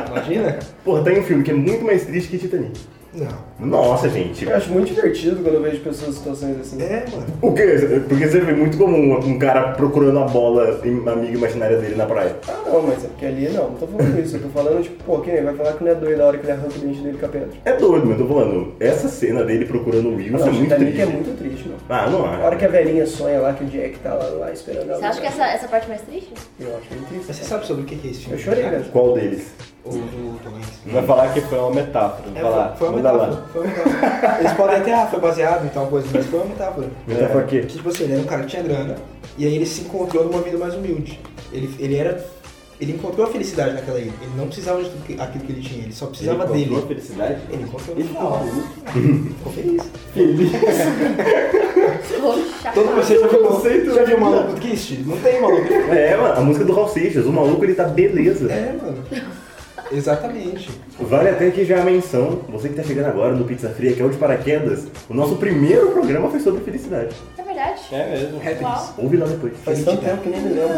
Imagina? Porra, tá em um filme que é muito mais triste que Titanic. Não. Nossa, gente. Eu acho muito divertido quando eu vejo pessoas em situações assim. É, mano. O quê? Porque você vê muito comum um cara procurando a bola im- amiga imaginária dele na praia. Ah, não, mas é porque ali não, não tô falando isso. Eu tô falando, tipo, pô, quem vai falar que não é doido na hora que ele arranca o dente dele com a pedra? É doido, mas eu tô falando. Essa cena dele procurando o Will Ah, isso não, é muito Titanic triste. é muito triste, mano. Ah, não A hora acho. que é- a velhinha sonha lá, que o Jack tá lá, lá esperando ela. Você acha que essa, essa parte é mais triste? Eu acho muito Mas você triste. sabe sobre o que que é esse filme? Eu chorei, cara? velho. Qual deles? Ou do Doense. Vai falar que foi uma metáfora. Vai lá, É, foi uma manda lá. metáfora. Foi uma metáfora. Eles podem até, ah, foi baseado em tal coisa, mas foi uma metáfora. Metáfora É, quê? Que tipo assim, ele era um cara que tinha grana, e aí ele se encontrou numa vida mais humilde. Ele, ele era. Ele encontrou a felicidade naquela ilha. Ele não precisava de tudo que- aquilo que ele tinha, ele só Ele precisava encontrou dele. a felicidade? Ele encontrou no Ele final. Ficou feliz. Feliz. Poxa, Todo mundo já viu Conceito, Já viu né? maluco triste? Não tem maluco triste. É, mano, a música do Raul Seixas. O maluco ele tá beleza. É, mano. Exatamente. Vale até que já a menção, você que tá chegando agora no Pizza Fria, que é o de paraquedas, o nosso primeiro programa foi sobre felicidade. é verdade? É mesmo. Happiness. Ouve lá depois. Faz tanto tempo que nem me lembro.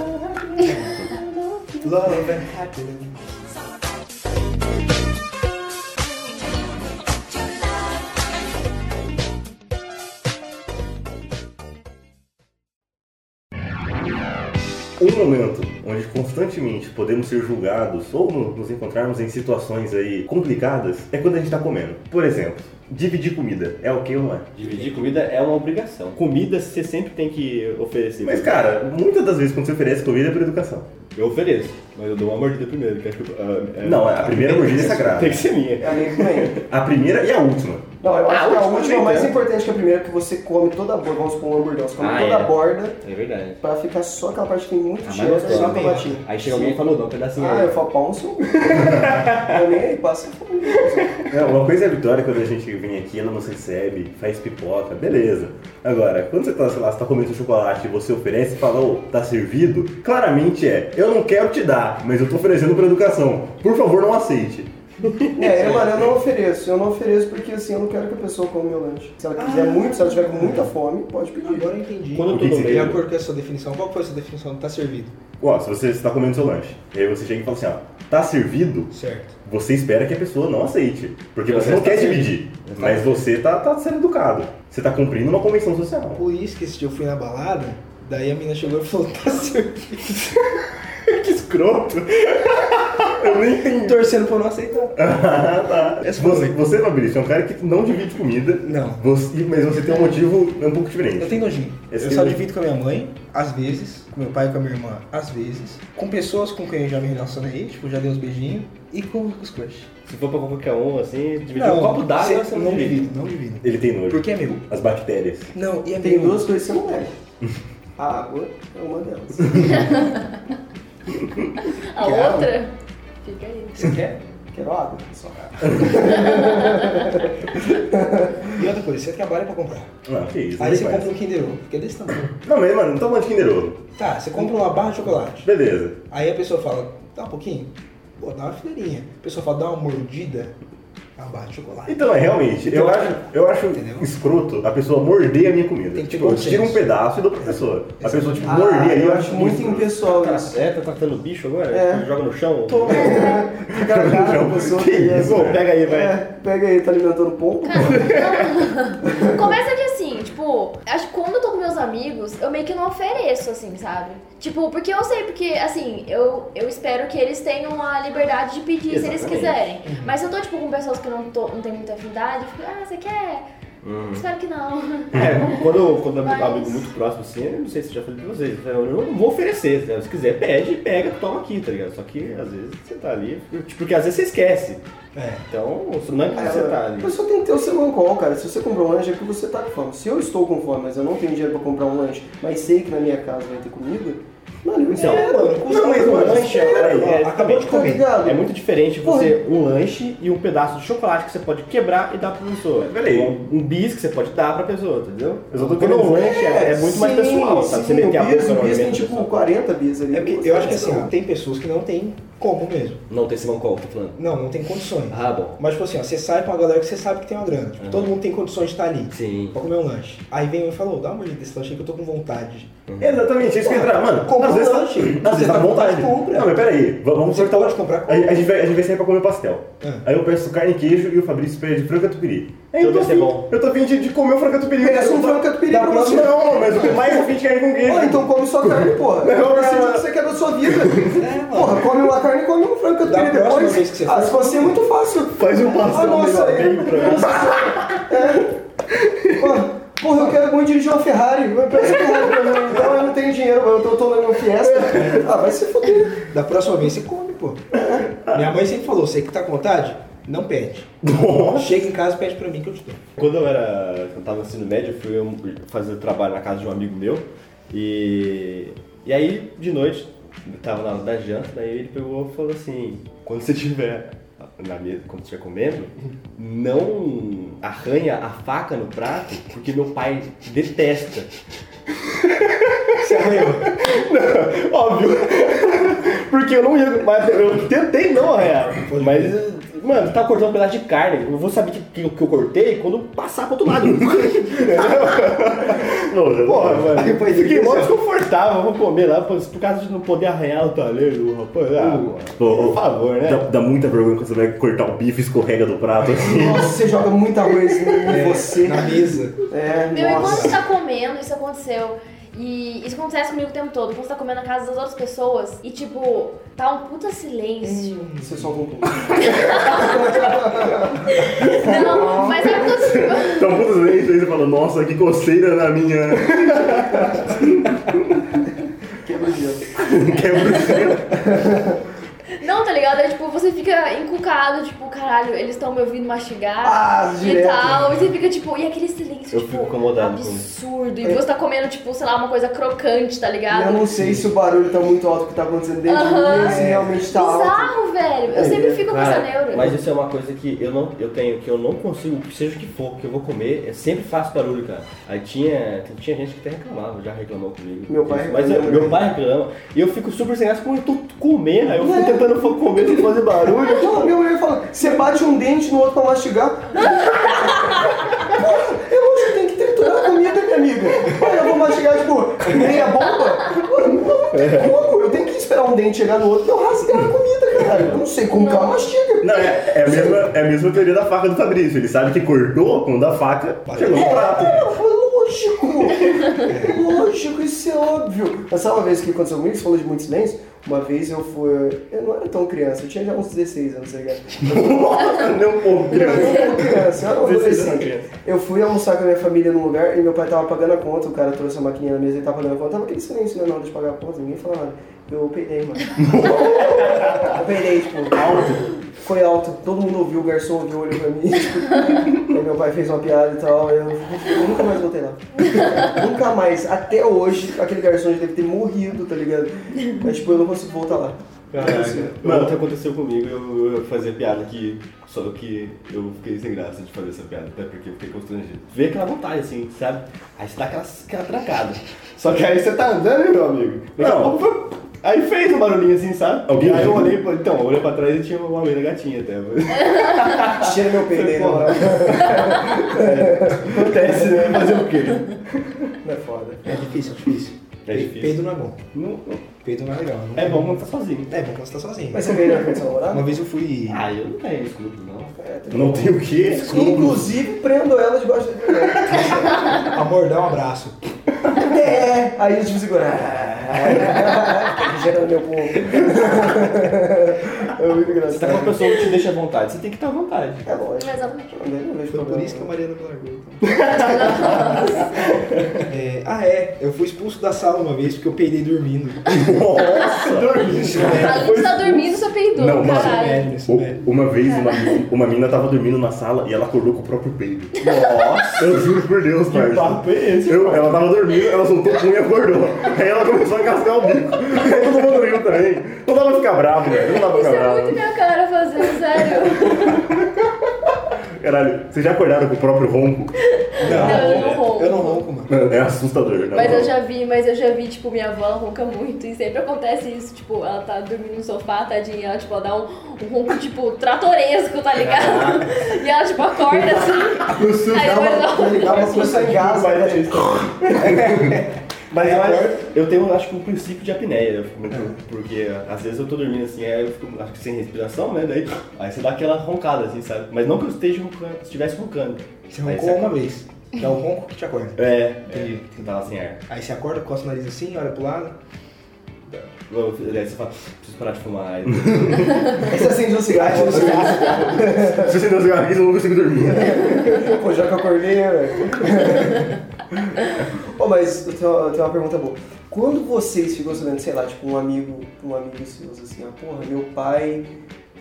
Love and happiness. Um momento onde constantemente podemos ser julgados ou no- nos encontrarmos em situações aí complicadas é quando a gente tá comendo. Por exemplo, dividir comida é ok ou não é? Dividir comida é uma obrigação. Comida você sempre tem que oferecer. Mas cara, muitas das vezes quando você oferece comida é por educação. Eu ofereço, mas eu dou uma mordida primeiro, que acho que. ah, é- Não, a primeira mordida é sagrada. Tem que ser minha. A minha também. A primeira e a última. Não, eu acho Ah, que a última última é nem mais tanto. importante que a primeira, é que você come toda a borda, vamos supor um hamburgão, você come Ah, toda a é. borda É verdade. pra ficar só aquela parte que tem muito Ah, mas cheiro gostoso, só né? tomatinho. Aí chega alguém e fala, "Ô, dá um pedacinho Ah, aí. eu falo pão, seu. cu. Eu nem aí, passa fome. É, uma coisa é a Vitória quando a gente vem aqui, ela nos recebe, faz pipoca, beleza. Agora, quando você tá, sei lá, você tá comendo chocolate e você oferece e fala, ô, tá servido, claramente é, eu não quero te dar, mas eu tô oferecendo pra educação. Por favor, não aceite. É, eu, mano, eu não ofereço. Eu não ofereço porque assim, eu não quero que a pessoa coma meu lanche. Se ela quiser muito, se ela tiver com muita fome, pode pedir. Agora eu entendi. Quando eu O que tô no que De seria? meio. acordo com a sua definição, qual foi a sua definição do tá servido? Ó, se você está comendo seu lanche, e aí você chega e fala assim, ó, tá servido, Certo. você espera que a pessoa não aceite. Porque Você você não está quer servindo. dividir, mas você tá, tá sendo educado. Você tá cumprindo uma convenção social. Por isso que esse dia eu fui na balada, daí a menina chegou e falou, tá servido. Que escroto! eu nem entendi. Torcendo pra eu não aceitar. Ah, tá. Você, você Fabrício, é um cara que não divide comida. Não. Você- mas você tem um motivo um pouco diferente. Eu tenho nojinho. Esse tem eu só nojinho. divido com a minha mãe, às vezes, com meu pai e com a minha irmã, às vezes, com pessoas com quem eu já me relacionei, tipo, já dei uns beijinhos, e com os crush. Se for pra qualquer um, assim, dividir um copo d'água, cê- você não não divide. divido, não divido. Ele tem nojo. Porque é meu. As bactérias. Não, e é Tem meu. duas coisas que você não leva. A água é uma delas. A Quero. outra? Fica aí. Você quer? Quero água, só. E outra coisa, você trabalha pra comprar. Não, Ah, que isso. Aí nem você faz. compra um Kinder Ovo, que é desse tamanho. Não, mas mano, não tá falando de Kinder Ovo. Tá, você compra uma barra de chocolate. Beleza. Aí a pessoa fala, dá um pouquinho? Pô, dá uma fileirinha. A pessoa fala, dá uma mordida, dá uma barra de chocolate. Então, é realmente, Então, eu acho, eu acho entendeu? escroto a pessoa morder a minha comida. Tem que ter tipo, eu tiro um consenso. pedaço e dou pra pessoa. A pessoa, tipo, Ah, morder aí, eu acho muito escroto. impessoal Cara, isso. é, tá tratando bicho agora? É. Joga no chão? Ficar Não, cara com a pessoa que é- isso, Pô, velho. pega aí, vai. É, pega aí, tá alimentando pombo? Começa que assim, tipo, acho que quando eu tô com meus amigos, eu meio que não ofereço, assim, sabe? Tipo, porque eu sei, porque, assim, eu, eu espero que eles tenham a liberdade de pedir se eles Exatamente. quiserem. Mas se eu tô, tipo, com pessoas que eu não, tô, não tem muita afinidade, eu fico, ah, você quer? Espero que não. Uhum. É, quando, quando é Mas- um amigo muito próximo assim, eu não sei se eu já falei pra vocês, eu não vou oferecer, né? se quiser pede, pega, toma aqui, tá ligado? Só que às vezes você tá ali, tipo, porque às vezes você esquece, É. então você não é que Cara, você tá A ali. pessoa tem que ter o seu mancol, cara. Se você comprar um lanche é porque você tá com fome. Se eu estou com fome, mas eu não tenho dinheiro pra comprar um lanche, mas sei que na minha casa vai ter comida, mano, eu Então, espero. mano, custa não, mas muito, um mano. lanche, Espera, peraí, mano. é, acabou de tá comer. É muito diferente você um lanche e um pedaço de chocolate que você pode quebrar e dar pra pessoa. Peraí. Um, um bis que você pode dar pra pessoa, entendeu? Eu só tô Quando um querendo dizer- lanche é, é muito mais sim, pessoal, sabe? Sim, Você meter a o boca bis, no o bis tem alimento da tipo pessoa. 40 bis ali. É porque eu acho que assim, ó, tem pessoas que não tem como mesmo. Não tem esse mancol, tô falando. Não, não tem condições. Ah, bom. Mas, tipo assim, ó, você sai pra uma galera que você sabe que tem uma grana. Tipo, todo mundo tem condições de estar ali. Sim. Pra comer um lanche. Aí vem um e falou, dá uma mordida desse lanche aí que eu tô com vontade. Exatamente, é isso que eu ia entrar. Mano, Compra às um vezes, lanche. Às vezes Você tá tá com com vontade. vontade, compra. Não, mas peraí, v- vamos Você cortar o- pode Ah. comprar, A, a gente vai, a gente vai sair pra comer pastel. Aí eu peço carne e queijo e o Fabrício pede frango catupiry. Aí eu Tudo tô, isso é afim, bom. eu tô afim de, de comer o frango catupiry. Merece um Eu tô- frango catupiry da pra você. próxima- Não, mas eu tô mais afim de carne com Ah, queijo. é Pô, então come só carne, porra. Não, É o cara. que você quer da sua vida. mano. porra, come uma carne e come um frango Da catupiry próxima depois. vez que você ah, for. se fosse é muito fácil. Faz um pastel Ah, nossa, melhor bem pra eu... É. Porra, porra, eu quero muito dirigir uma Ferrari. Mas Parece que Ferrari pra mim. Não, eu não tenho dinheiro, mas eu tô tomando um Fiesta. É. Ah, vai se foder. Da próxima vez você come, pô. Minha mãe sempre falou, você que tá com vontade, não pede. Chega em casa e pede pra mim que eu te dou. Quando eu era. Quando eu tava no ensino médio, eu fui um- fazer trabalho na casa de um amigo meu. E. E aí, de noite, eu tava na hora da janta, daí ele pegou e falou assim, quando você tiver na mesa, quando você estiver comendo, não arranha a faca no prato, porque meu pai detesta. Você arranhou. Óbvio. Porque eu não ia. Mas eu tentei não arranhar. Mas, mano, você tá cortando um pedaço de carne. Eu vou saber que, que, eu- que eu cortei quando passar pro outro lado. Não, Porra, mano. Aí foi fiquei mó difícil. desconfortável. Vou comer lá pô, por causa de não poder arranhar o talheiro, rapaz. Ah, mano, por favor, né? Dá, dá muita vergonha quando você vai cortar o bife e escorrega do prato assim. Nossa, você joga muita arroz em É. em você. É, Na mesa. É, Meu, e quando nossa. você tá comendo, isso aconteceu. E isso acontece comigo o tempo todo. Quando você tá comendo na casa das outras pessoas e, tipo, tá um puta silêncio. Você só voltou. Não, mas é porque Então muitas vezes você fala, nossa, que coceira na minha. Quebra o gelo. Quebra o gelo. eu- Não, tá ligado? É tipo, você fica encucado, tipo, caralho, eles estão me ouvindo mastigar Ah, e direto. tal. E você fica, tipo, e aquele silêncio, Eu tipo, fico incomodado com absurdo. E você tá comendo, tipo, sei lá, uma coisa crocante, tá E Eu ligado? É. não sei se o barulho tá muito alto que tá acontecendo dentro de Aham. mim, se realmente tá alto. É, Bizarro, velho. Eu sempre fico com essa Cara, neura. Mas isso é uma coisa que eu não eu tenho, que eu não consigo, que seja o que for, que eu vou comer, eu sempre faço barulho, cara. Aí tinha, tinha gente que até reclamava, já reclamou comigo. Meu pai disso. Mas eu- reclama meu também. pai reclama. né? E eu fico super sem graça porque eu tô comendo, aí eu É. fico tentando fa- comer sem fazer barulho. Não, minha mulher fala, você bate um dente no outro pra mastigar. Porra, é lógico que tem que triturar a comida, minha amiga. Olha, eu vou mastigar, tipo, meia bomba. Porra, Não, tem como? Eu tenho que esperar um dente chegar no outro pra eu rasgar a comida, cara. Eu não sei como que ela mastiga. Não, é, é a mesma, é a mesma teoria da faca do Fabrício. Ele sabe que cortou quando a faca chegou no prato. É, lógico! Lógico, isso é óbvio. Mas sabe uma vez que aconteceu comigo? Você falou de muito silêncio? Uma vez eu fui. Eu não era tão criança, eu tinha já uns 16 anos, tá ligado? Não, um pouco. Eu não era criança, eu era um 16 anos, adolescente. Eu fui almoçar com a minha família num lugar e meu pai tava pagando a conta, o cara trouxe a maquininha na mesa e tava pagando a conta. Tava aquele silêncio né, na hora de pagar a conta, ninguém falava nada. Eu peidei, mano. eu peidei, tipo, alto. Foi alto, todo mundo ouviu, o garçom ouviu, olhou pra mim. tipo, aí meu pai fez uma piada e tal, eu, eu nunca mais voltei lá. nunca mais, até hoje, aquele garçom já deve ter morrido, tá ligado? Mas tipo, eu não consigo voltar lá. Não consigo. É Mano, ontem aconteceu comigo, eu, eu fazia piada que. Só que eu fiquei sem graça de fazer essa piada, até porque eu fiquei constrangido. Veio aquela vontade, assim, sabe? Aí você dá aquela, aquela trancada. Só que aí você tá andando, né, meu amigo? Daqui a Não. pouco, Aí fez um barulhinho assim, sabe? Alguém aí eu viu? olhei, pra- então, eu olhei pra trás e tinha uma menina gatinha até. Tira meu peidei, na moral. Acontece, né? Fazer o quê? Não é foda. É difícil, é difícil. É difícil. Peido não é bom. Não- não- Peido não é legal. não é bom quando tá sozinho. É bom quando você tá sozinho. Mas você veio na frente do seu namorado? Uma vez eu fui. Ah, eu não tenho escudo, não. É, tá Não tem o quê? Inclusive, prendo ela debaixo do Amor, dá um abraço. É, aí eu tive segura. Ah, Gerando meu povo. É muito Você tá com uma engraçado. pessoa que te deixa à vontade, você tem que estar à vontade. É lógico. Exatamente. Eu não vejo Foi por problema, isso que a não. Mariana me largou. então. É, ah, é. Eu fui expulso da sala uma vez porque eu peidei dormindo. Ah, Nossa! Além de estar dormindo, você peidou, Não, mas- é? caralho. é. Médio, isso, médio. O- Uma vez uma, uma mina tava dormindo na sala e ela acordou com o próprio peido. Nossa! Eu juro por Deus, parça. papo é esse, Eu- ela tava dormindo, ela soltou o punho e acordou. Aí ela começou a cascar o bico. Aí todo mundo riu também. Não dá pra ficar bravo, velho. Não dá pra Isso ficar é bravo. muito minha cara fazer, sério. Caralho, vocês já acordaram com o próprio ronco? Não, eu não ronco. Eu não ronco, mano. Mano, é assustador, né? Mas eu já vi, mas eu já vi, tipo, minha avó ela ronca muito e sempre acontece isso, tipo, ela tá dormindo no sofá, tadinha, ela, tipo, ela dá um, um ronco, tipo, tratoresco, tá ligado? E ela, tipo, acorda é assim, aí depois Ele ela... dá uma força em casa. né? Mas Aí eu, acho- acorda. eu tenho, acho que, um princípio de apneia, eu fico- porque às vezes eu tô dormindo assim, aí eu fico, acho que sem respiração, né? Daí, aí você dá aquela roncada, assim, sabe? Mas não que eu esteja roncando, estivesse roncando. Você Aí roncou uma vez, que é o ronco que te acorda. É, é, que tava sem ar. Aí você acorda, coça o nariz assim, olha pro lado. Eu- Daí você fala, preciso parar de fumar. Aí, Aí você acende um cigarro, acende um cigarro. Se você não cigarro aqui, eu não consigo dormir. Pô, já que eu acordei, né, velho? Pô, mas eu tenho, eu tenho uma pergunta boa. Quando vocês ficam sabendo, sei lá, tipo, um amigo, um amigo seu, assim, ah, porra, meu pai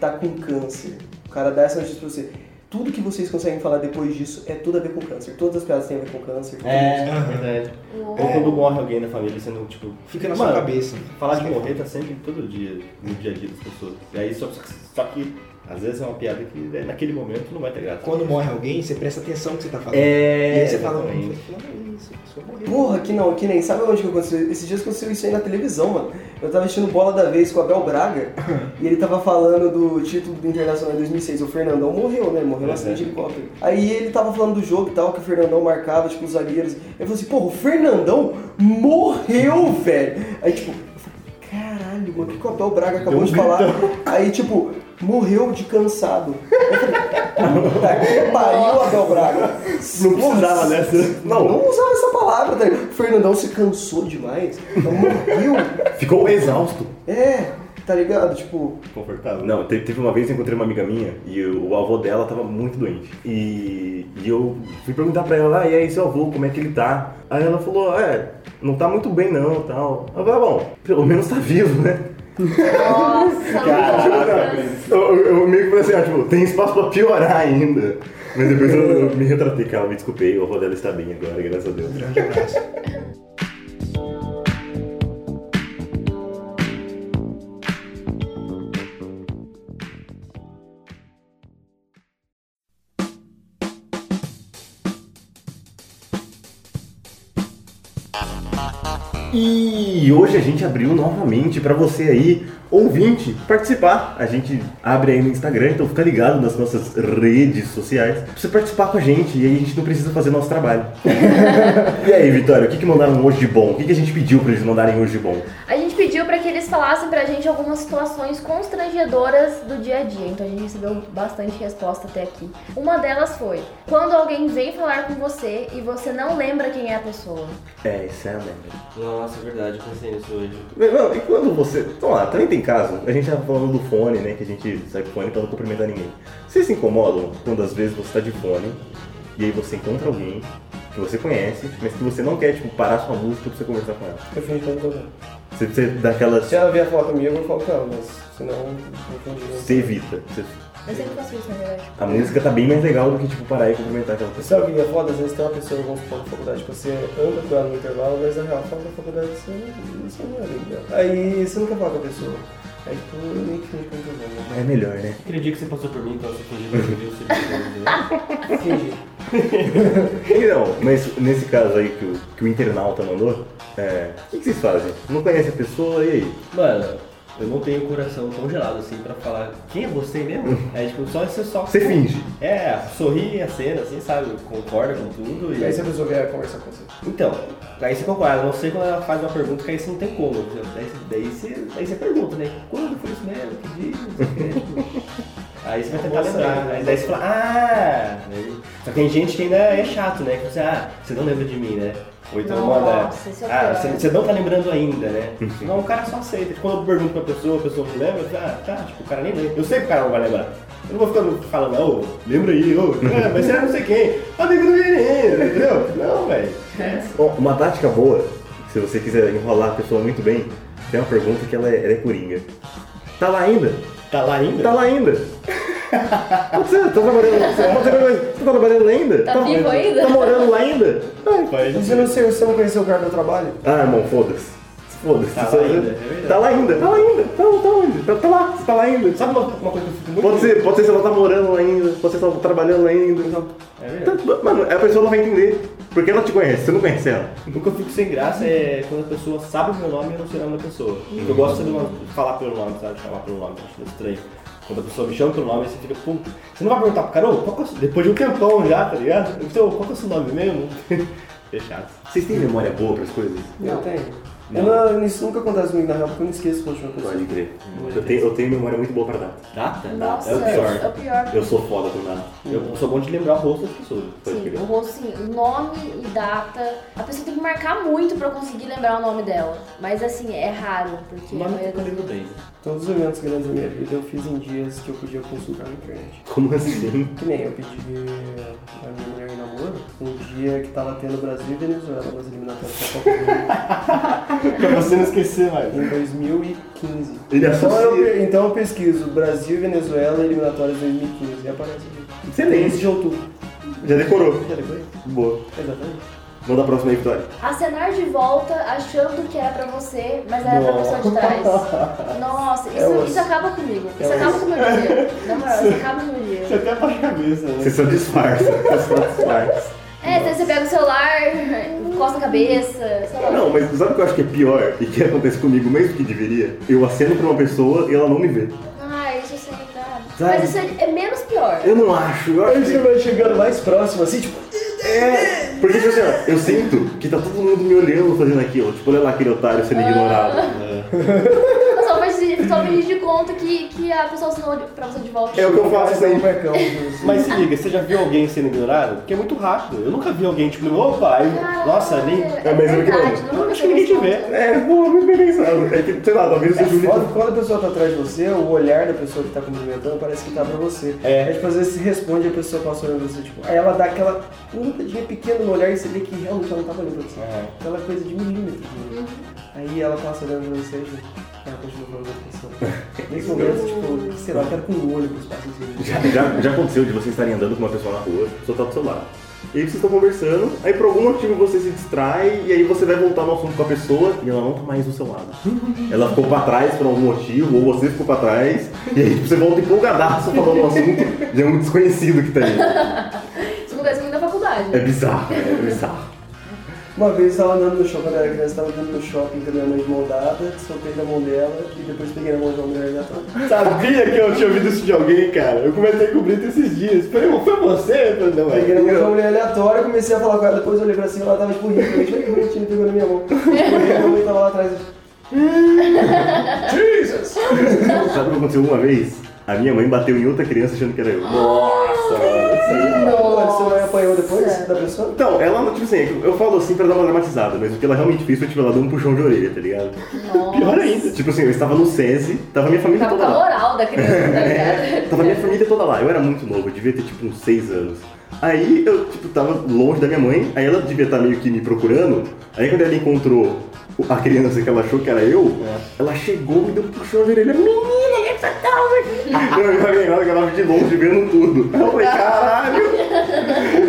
tá com câncer. O cara dá essa notícia pra você. Tudo que vocês conseguem falar depois disso é tudo a ver com câncer. Todas as piadas têm a ver com câncer. tudo isso. É, É. verdade. Uou. Ou quando morre alguém na família, você não, tipo... Fica na mano, sua cabeça. Falar de morrer tá sempre, todo dia, no dia a dia das pessoas. E aí, só, só que, às vezes é uma piada que, né, naquele momento, não vai ter graça. Quando morre alguém, você presta atenção no que você tá falando. É, E aí você fala, exatamente. mano, falando isso, a pessoa morreu. Porra, que não, que nem. Sabe onde que aconteceu? Esses dias aconteceu isso aí na televisão, mano. Eu tava assistindo Bola da Vez com o Abel Braga e ele tava falando do título do Internacional de 2006. O Fernandão morreu, né? Morreu no Uhum. acidente de helicóptero. Aí ele tava falando do jogo e tal, que o Fernandão marcava, tipo, os zagueiros. Ele falou assim, porra, o Fernandão morreu, velho. Aí, tipo, eu falei, caralho, mano, o que que o Abel Braga acabou um de falar? Aí, tipo, morreu de cansado. Eu falei, puta que pariu, Abel Braga. Não precisava né? dessa. Não, Não, não usava essa palavra. Tá? ligado? Fernandão se cansou demais. Então morreu. ficou exausto. É, tá ligado? Tipo, Confortável. Não, te- teve uma vez eu encontrei uma amiga minha e o, o avô dela tava muito doente. E, e eu fui perguntar pra ela, ah, e aí seu avô, como é que ele tá? Aí ela falou, é, não tá muito bem não, tal. Eu falei, ah, bom, pelo menos tá vivo, né? Nossa, nossa. Eu, eu meio que falei assim, ah, tipo, tem espaço pra piorar ainda. Mas depois eu, eu me retratei, cara, me desculpei, o avô dela está bem agora, graças a Deus. Grande abraço. E hoje a gente abriu novamente pra você aí, ouvinte, participar. A gente abre aí no Instagram, então fica ligado nas nossas redes sociais pra você participar com a gente e aí a gente não precisa fazer nosso trabalho. e aí, Vitória, o que, que mandaram hoje de bom? O que, que a gente pediu pra eles mandarem hoje de bom? A gente pediu pra que eles falassem pra gente algumas situações constrangedoras do dia a dia, então a gente recebeu bastante resposta até aqui. Uma delas foi: quando alguém vem falar com você e você não lembra quem é a pessoa. É, isso é a merda. Nossa, é verdade, eu pensei nisso hoje. Não, e quando você. Então lá, também tem caso. A gente tava falando do fone, né? Que a gente sai com fone pra não cumprimentar ninguém. Vocês se incomodam quando às vezes você tá de fone e aí você encontra alguém que você conhece, mas que você não quer, tipo, parar sua música pra você conversar com ela? eu fingi que eu não tô vendo. Você, você dá aquela. Se ela vier falar comigo, eu falo com ela, mas senão eu Você fingi. evita. Você- Eu sempre faço isso, na verdade. a música tá bem mais legal do que, tipo, parar e cumprimentar aquela pessoa. Sabe o que é foda? Às vezes tem uma pessoa, vamos supor, na faculdade, que você anda com ela no intervalo, mas na real, fala da faculdade, você não você não é amigo dela. Aí você nunca fala com a pessoa. Aí, tipo, eu nem fingi que eu não tô vendo. É melhor, né? Aquele dia que você passou por mim, então você fingiu que eu viu, você viu. Fingi. Então, mas nesse caso aí que o, que o internauta mandou, é. O que, que vocês fazem? Não conhece a pessoa, e aí? Mano, eu não tenho o coração congelado assim pra falar quem é você mesmo. É tipo, só você só. Você finge. É, sorri a cena, assim, sabe? Concorda com tudo e. Aí se a pessoa vier conversar com você. Então, aí você concorda, a não sei quando ela faz uma pergunta que aí você não tem como. Daí, você- daí, você, daí você pergunta, né? Quando foi isso mesmo? Que dia? Não sei o quê, tipo. Aí você vai tentar Nossa, lembrar, né? aí daí você fala, ah! Aí- Só que tem gente que ainda é chato, né? Que você, ah, você não lembra de mim, né? Ou então Nossa, manda, esse é o ah, pior. você, você não tá lembrando ainda, né? Não, o cara só aceita. tipo, Quando eu pergunto pra pessoa, a pessoa não lembra, eu falo, ah, tá, tipo, o cara nem lembra. Eu sei que o cara não vai lembrar. Eu não vou ficando falando, ô, lembra aí, ô, é, mas você é não sei quem, amigo do menino, entendeu? Não, velho. Bom, uma tática boa, se você quiser enrolar a pessoa muito bem, tem uma pergunta que ela é, ela é coringa. Tá lá ainda? Tá lá ainda? Tá lá ainda? Pode ser, tá trabalhando. Pode ser, mas você tá trabalhando ainda? Tá vivo ainda? Tá morando lá ainda? Faz E se não sei, você não conheceu o cara do trabalho? Ah, irmão, foda-se. Foda-se. Tá lá Só- ainda, é verdade. tá lá ainda, tá lá ainda. Tá, tá onde? Tá, tá lá, você tá lá ainda. Sabe uma, uma coisa que eu fico muito. Pode ser, pode ser se ela tá morando lá ainda, pode ser se ela tá trabalhando lá ainda. então- É verdade. Tá- mano, a pessoa não vai entender. Porque ela te conhece, você não conhece ela. O que eu fico sem graça é quando a pessoa sabe o meu nome e eu não sei o nome da pessoa. Eu gosto é de saber o nome- falar pelo nome, sabe? Chamar pelo nome, acho meio estranho. Quando a pessoa me chama pelo nome, você fica, puta. Você não vai perguntar pro cara, ô, qual que é o seu... depois de um tempão já, tá ligado? Então, qual que é o seu nome mesmo? Fechado. Vocês têm memória boa pras coisas? Eu tenho. Eu não- isso nunca acontece comigo na real, porque eu não esqueço quando eu Pode aconteceu. crer. Eu tenho, eu tenho memória muito boa pra data. Data? Data Nossa, é o pior. é o pior. Eu sou foda com data. Eu sou bom de lembrar o rosto das pessoas. Pode Sim, crer. o rosto, sim, nome e data. A pessoa tem que marcar muito pra eu conseguir lembrar o nome dela. Mas assim, é raro, porque a maioria das vezes- bem. Todos os eventos grandes da minha vida eu fiz em dias que eu podia consultar na internet. Como assim? Que nem eu pedi a minha mulher em namoro um dia que tava tendo Brasil e Venezuela nas eliminatórias da Copa do Mundo pra você não esquecer, mais. em 2015. Ele é Então eu, sócio. pe- então eu pesquiso Brasil e Venezuela eliminatórias 2015 e aparece aqui. Excelente. 13 de outubro. Já decorou. Já decorei? Boa. Exatamente. Manda a próxima aí, Vitória. Acenar de volta achando que era pra você, mas era pra pessoa de trás. É Nossa, isso, osso. isso acaba comigo. Isso acaba com o meu dia. Na moral, isso acaba com o meu dia. até abaixa a cabeça, né? Vocês são disfarce. Vocês são disfarce. É, daí você pega o celular, encosta a cabeça, sei lá. Não, mas sabe o que eu acho que é pior e que acontece comigo mesmo que deveria? Eu aceno pra uma pessoa e ela não me vê. Ai, isso eu sei, cara. Sabe? Mas isso é, é menos pior. Eu não acho. Eu acho Aí você que... vai chegando mais próximo assim, tipo, É, porque tipo assim, ó, eu sinto que tá todo mundo me olhando fazendo aquilo. Tipo, olha lá aquele otário sendo ignorado. Eu só fiz, só fiz de conta que, que a pessoa assinou de- pra você de volta. É o que eu faço faz um sempre. macão. Mas se liga, você já viu alguém sendo ignorado? Porque é muito rápido. Eu nunca vi alguém tipo, opa, aí, nossa, nem. É, É, mas eu- verdade, não, Acho que ninguém te vê. É, boa, muito bem pensado. É que, sei lá, talvez eu É seja o foda que único. quando a pessoa tá atrás de você, o olhar da pessoa que tá cumprimentando parece que tá pra você. É. Aí, tipo, às vezes se responde e a pessoa passa olhando você, tipo, aí ela dá aquela lutadinha pequena no olhar e você vê que realmente ela não tava olhando pra você. É. Então ela é coisa de milímetros. Né? Aí ela passa olhando pra você e tipo, ela continua falando com a pessoa. Nesse momento, tipo, sei lá, eu quero com o olho pros passos assim. Já, já, já aconteceu de vocês estarem andando com uma pessoa na rua, a pessoa tá do seu lado. E aí vocês estão conversando, aí por algum motivo você se distrai e aí você vai voltar no assunto com a pessoa e ela não tá mais do seu lado. Ela ficou pra trás por algum motivo, ou você ficou pra trás, e aí tipo, você volta empolgadaço falando um assunto e é um desconhecido que tá aí. Isso acontece muito na faculdade. É bizarro, é bizarro. Uma vez eu tava andando no shopping, quando eu era criança, eu tava andando no shopping com a minha mãe de mão dada, soltei da mão dela e depois peguei na mão de uma mulher aleatória. Sabia que eu tinha ouvido isso de alguém, cara. Eu comentei com o Brito esses dias. Falei, "Ô, foi você? Eu falei, não, Peguei na é. mão de uma mulher aleatória, comecei a falar com ela, depois eu olhei pra cima, ela tava tipo rindo, eu achei que bonitinho, pegou na minha mão. E minha mãe tava lá atrás, Sabe o que aconteceu uma vez? A minha mãe bateu em outra criança achando que era eu. Nossa, mano. olha, você vai apanhou depois da pessoa? Então, ela, tipo assim, eu falo assim pra dar uma dramatizada, mas o que ela realmente fez foi, tipo, ela deu um puxão de orelha, tá ligado? Pior ainda. Tipo assim, eu estava no SESI, tava minha É família Tava com toda a lá. moral da criança, tá ligado? Tava minha família toda lá, eu era muito novo, eu devia ter tipo uns 6 anos. Aí eu tipo, tava longe da minha mãe, aí ela devia estar meio que me procurando. Aí quando ela encontrou o- a criança que ela achou que era eu, ela chegou e deu um puxão na orelha. Menina, é essa calma! tá Eu olhei ela que ela tava de longe vendo tudo. Eu falei, caralho!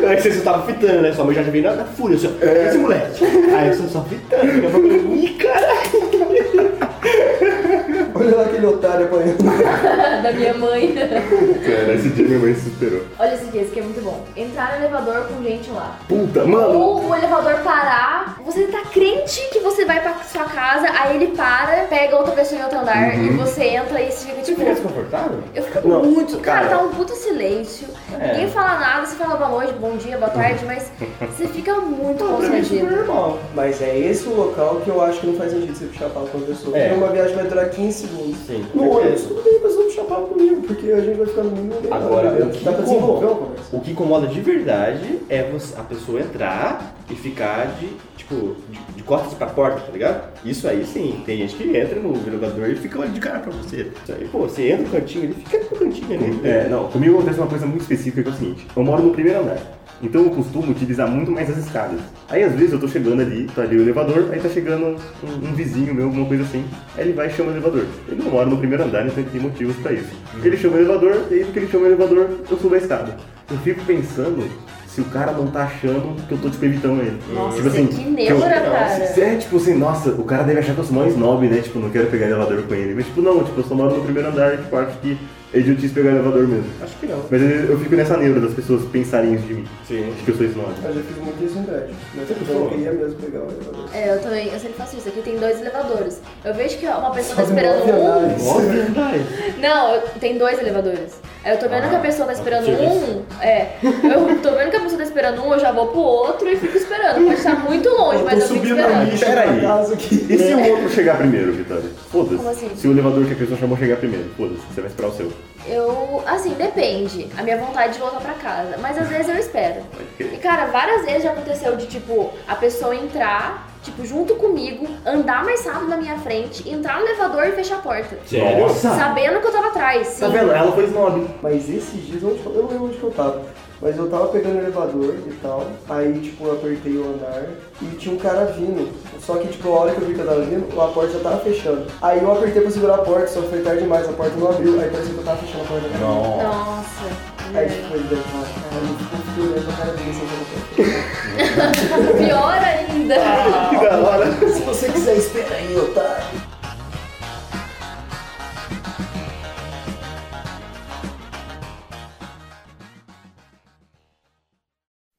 É que vocês estavam fitando, né? Sua mãe já tinha vindo na- na fúria, assim, ó. Esse moleque. Aí você só fitando. Daqui a pouco eu, ih, caralho. Olha lá aquele otário apanhando. Da minha mãe. Cara, esse dia minha mãe se superou. Olha esse aqui, esse aqui é muito bom. Entrar no elevador com gente lá. Puta, mano! Ou o elevador parar, você tá crente que você vai pra sua casa, aí ele para, pega outra pessoa em outro andar e Uhum. você entra e você fica tipo. desconfortável? Eu fico Não, muito. Cara, cara. tá um puto silêncio. É. Ninguém fala nada, você fala boa noite, bom dia, boa tarde, mas você fica muito é constrangido. normal. tipo, Mas é esse o local que eu acho que não faz sentido você puxar papo com a pessoa. É. Porque uma viagem vai durar 15 segundos. Sim, No perfeito. ônibus, tudo bem, a pessoa puxar papo comigo, porque a gente vai ficar no mínimo meia hora Agora, ali o dentro. que, Dá pra desenvolver uma incomoda, conversa. o que incomoda de verdade é você- a pessoa entrar e ficar de, tipo, de, de costas pra porta, tá ligado? Isso aí sim, tem gente que entra no jogador e fica olhando de cara pra você. Isso aí, pô, você entra no cantinho, ele fica no cantinho ali. É, não, comigo acontece uma coisa muito específica que é o seguinte: eu moro no primeiro andar. Então eu costumo utilizar muito mais as escadas. Aí às vezes eu tô chegando ali, tá ali o elevador, aí tá chegando um, um vizinho meu, alguma coisa assim, aí ele vai e chama o elevador. Ele não mora no primeiro andar, então ele tem motivos pra isso. Ele chama o elevador, e aí que ele chama o elevador, eu subo a escada. Eu fico pensando se o cara não tá achando que eu tô tipo evitando ele. Nossa, tipo assim, que que eu- neura, cara. se é tipo assim, nossa, o cara deve achar que eu sou mó snob, né? Tipo, não quero pegar elevador com ele. Mas tipo, não, tipo, eu só moro no primeiro andar, tipo, acho que é idiotice pegar elevador mesmo. Acho que não. Mas eu, eu fico nessa neura das pessoas pensarem isso de mim. Sim. Acho que eu sou snob. Mas eu fiz muito isso em prédio. Mas eu não queria mesmo pegar um o elevador. É, eu também, eu sempre faço isso. Aqui tem dois elevadores. Eu vejo que uma pessoa tá Fazem esperando nove um, andares. Ó, verdade. Não, eu- tem dois elevadores. Aí Eu tô vendo que a pessoa tá esperando serviço. um. É. Eu tô vendo que a pessoa tá esperando esperando um, eu já vou pro outro e fico esperando. Pode estar muito longe, Eu tô mas eu fico subindo na esperando. lista Pera aí. por acaso aqui. E se o outro chegar primeiro, Vitória? Foda-se. Como assim? Se o elevador que a pessoa chamou chegar primeiro, foda-se, você vai esperar o seu. Eu, assim, depende. A minha vontade de voltar pra casa. Mas às vezes eu espero. crer. E, cara, várias vezes já aconteceu de, tipo, a pessoa entrar, tipo, junto comigo, andar mais rápido na minha frente, entrar no elevador e fechar a porta. Sério? Sabendo que eu tava atrás. Sim. Tá vendo? Ela foi snob. Mas esses dias, onde, eu eu não lembro onde que eu tava. Mas eu tava pegando o elevador e tal. Aí, tipo, eu apertei o andar e tinha um cara vindo. Só que, tipo, a hora que eu vi que eu tava vindo, a porta já tava fechando. Aí eu apertei pra segurar a porta, só que foi tarde demais, a porta não abriu. Aí parecia que eu tava fechando a porta. Nossa. Aí, tipo, ele deu uma cara, ele ficou olhando pra cara dele, assim, eu falei, Pior ainda. Que da hora. Se você quiser, espera aí, otário.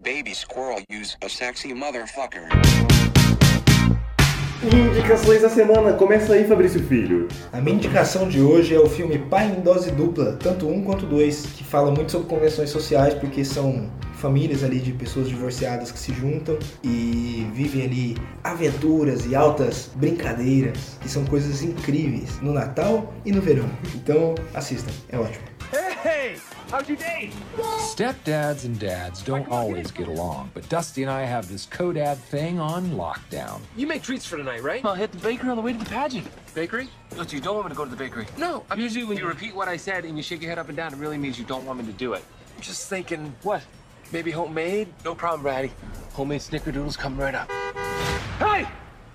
Baby squirrel use a sexy motherfucker. Indicações da semana. Começa aí, Fabrício Filho. A minha indicação de hoje é o filme Pai em Dose Dupla, tanto um quanto dois, que fala muito sobre convenções sociais, porque são famílias ali de pessoas divorciadas que se juntam e vivem ali aventuras e altas brincadeiras, que são coisas incríveis no Natal e no verão. Então, assistam, é ótimo. Stepdads and dads don't always get along, but Dusty and I have this codad thing on lockdown. You make treats for tonight, right? I'll hit the bakery on the way to the pageant. Bakery? Oh, so you don't want me to go to the bakery? No. I'm usually when you repeat what I said and you shake your head up and down, it really means you don't want me to do it. I'm just thinking, what? Maybe homemade? No problem, Ratty. Homemade snickerdoodles come right up. Hey!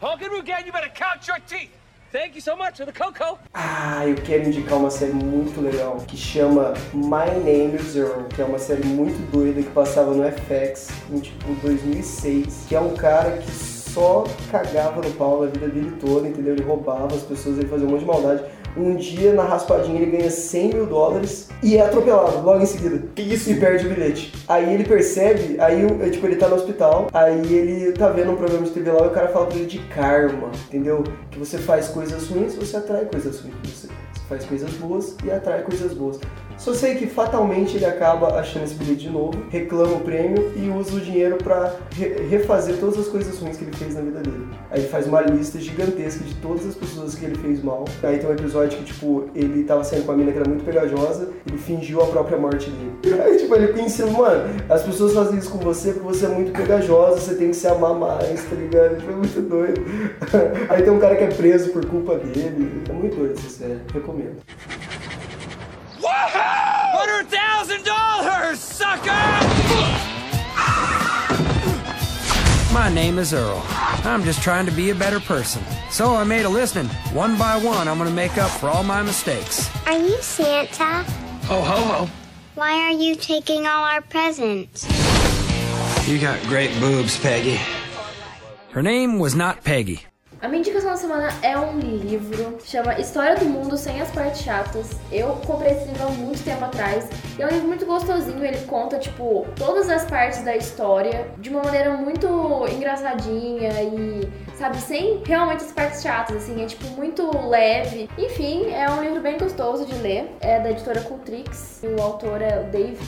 Honkin' again, you better count your teeth! Thank you so much for the cocoa! Ah, eu quero indicar uma série muito legal que chama My Name is Earl, que é uma série muito doida que passava no FX em tipo 2006, que é um cara que só cagava no pau na vida dele toda, entendeu? Ele roubava as pessoas, ele fazia um monte de maldade. Um dia, na raspadinha, ele ganha 100 mil dólares e é atropelado logo em seguida. Que isso? E perde o bilhete. Aí ele percebe, aí o- é, tipo, ele tá no hospital, aí ele tá vendo um programa de TV lá e o cara fala pra ele de karma, entendeu? Que você faz coisas ruins, você atrai coisas ruins. Você, você faz coisas boas e atrai coisas boas. Só sei que fatalmente ele acaba achando esse bilhete de novo, reclama o prêmio e usa o dinheiro pra re- refazer todas as coisas ruins que ele fez na vida dele. Aí ele faz uma lista gigantesca de todas as pessoas que ele fez mal. Aí tem um episódio que, tipo, ele tava saindo com a mina que era muito pegajosa, ele fingiu a própria morte dele. Aí, tipo, ele pensa, mano, as pessoas fazem isso com você porque você é muito pegajosa, você tem que se amar mais, tá ligado? Foi muito doido. Aí tem um cara que é preso por culpa dele. É muito doido essa série, recomendo. $100,000, sucker! My name is Earl. I'm just trying to be a better person. So I made a list, and one by one, I'm going to make up for all my mistakes. Are you Santa? Oh, ho, ho. Why are you taking all our presents? You got great boobs, Peggy. Her name was not Peggy. A minha indicação da semana é um livro, chama História do Mundo Sem as Partes Chatas. Eu comprei esse livro há muito tempo atrás e é um livro muito gostosinho. Ele conta, tipo, todas as partes da história de uma maneira muito engraçadinha e, sabe, sem realmente as partes chatas, assim. É, tipo, muito leve. Enfim, é um livro bem gostoso de ler. É da editora Cultrix e o autor é o Dave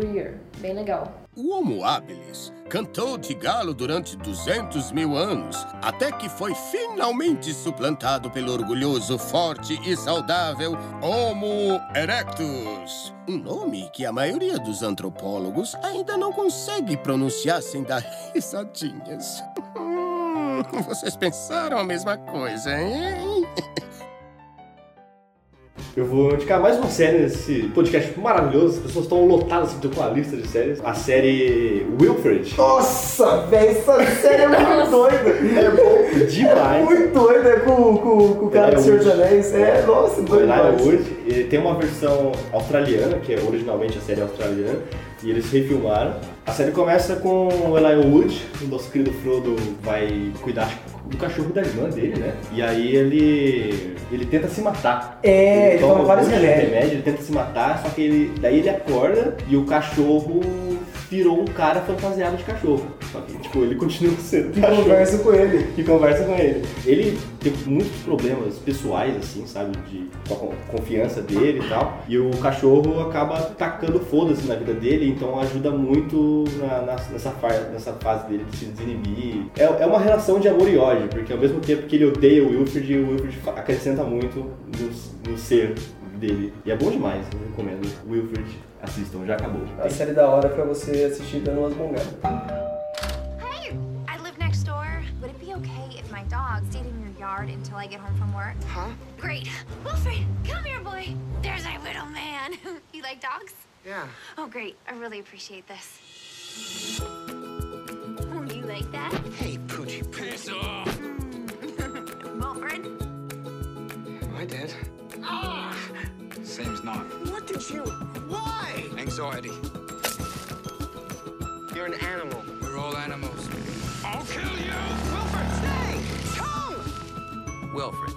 Rear. Bem legal. O Homo habilis cantou de galo durante 200 mil anos, até que foi finalmente suplantado pelo orgulhoso, forte e saudável Homo erectus. Um nome que a maioria dos antropólogos ainda não consegue pronunciar sem dar risadinhas. Hum, Vocês pensaram a mesma coisa, hein? Eu vou indicar mais uma série nesse podcast maravilhoso. As pessoas estão lotadas assim, tô com a lista de séries. A série Wilfred. Nossa, velho, essa série é muito doida. É bom É demais. muito doido, é com, com, com o cara do Senhor dos Anéis. É, nossa, doido Elijah demais. Wood. E Tem uma versão australiana, que é originalmente a série australiana, e eles refilmaram. A série começa com o Elijah Wood, o nosso querido Frodo vai cuidar do cachorro da irmã dele, né? E aí ele ele tenta se matar. É, ele toma vários um monte de remédios. remédio, ele tenta se matar, só que ele daí ele acorda e o cachorro virou um cara fantasiado de cachorro. Só que, tipo, ele continua sendo Que conversa com ele. Que conversa com ele. Ele teve muitos problemas pessoais, assim, sabe? De, com a con- confiança dele e tal. E o cachorro acaba tacando foda-se na vida dele, então ajuda muito na- na- nessa, fa- nessa fase dele de se desinibir. É, é uma relação de amor e ódio, porque ao mesmo tempo que ele odeia o Wilfred, o Wilfred fa- acrescenta muito no, no ser dele. E é bom demais, eu recomendo. Wilfred, assistam, já acabou. A série é da hora pra você assistir dando umas bongadas. I live next door. Would it be okay if my dog stayed in your yard until I get home from work? Huh? Great. Wilfred, come here, boy. There's our little man. you like dogs? Yeah. Oh, great. I really appreciate this. Oh, you like that? Hey, Poochie. Piss off! Hmm. Wilfred? I did. Ah! Seems not. What did you? Why? Anxiety. You're an animal. We're all animals. I'll kill you! Wilfred, stay! Come! Wilfred.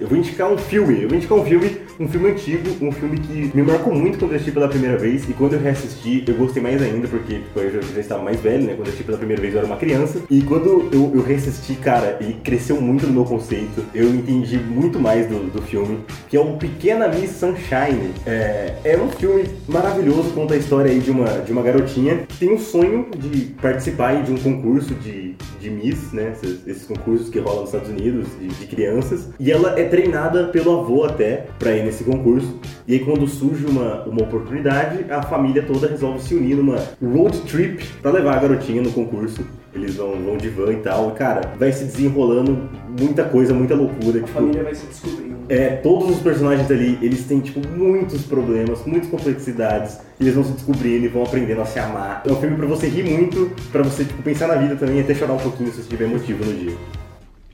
Eu vou indicar um filme, eu vou indicar um filme, um filme antigo, um filme que me marcou muito quando eu assisti pela primeira vez e quando eu reassisti eu gostei mais ainda porque tipo, eu já, já estava mais velho, né? Quando eu assisti pela primeira vez eu era uma criança e quando eu, eu reassisti, cara, ele cresceu muito no meu conceito, eu entendi muito mais do, do filme, que é o Pequena Miss Sunshine. É, é um filme maravilhoso, conta a história aí de uma, de uma garotinha que tem um sonho de participar aí de um concurso de, de Miss, né? Esses, esses concursos que rolam nos Estados Unidos de, de crianças. E ela é treinada pelo avô até pra ir nesse concurso. E aí quando surge uma, uma oportunidade, a família toda resolve se unir numa road trip pra levar a garotinha no concurso. Eles vão, vão de van e tal. E, Cara, vai se desenrolando muita coisa, muita loucura. A tipo, família vai se descobrindo. é, todos os personagens ali, eles têm, tipo, muitos problemas, muitas complexidades. e Eles vão se descobrindo e vão aprendendo a se amar. É um filme pra você rir muito, pra você, tipo, pensar na vida também e até chorar um pouquinho se você tiver motivo no dia.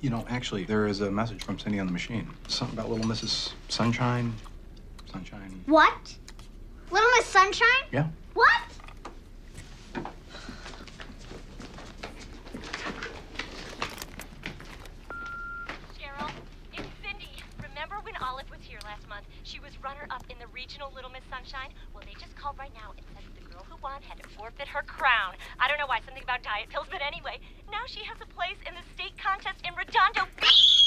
You know, actually, there is a message from Cindy on the machine. Something about little Mrs. Sunshine. Sunshine. What? Little Miss Sunshine? Yeah. What? Cheryl, it's Cindy. Remember when Olive was here last month? She was runner-up in the regional Little Miss Sunshine. Well, they just called right now and said that the girl who won had to forfeit her crown. I don't know why, something about diet pills, but anyway, now she has a place in the state contest in Redondo Beach.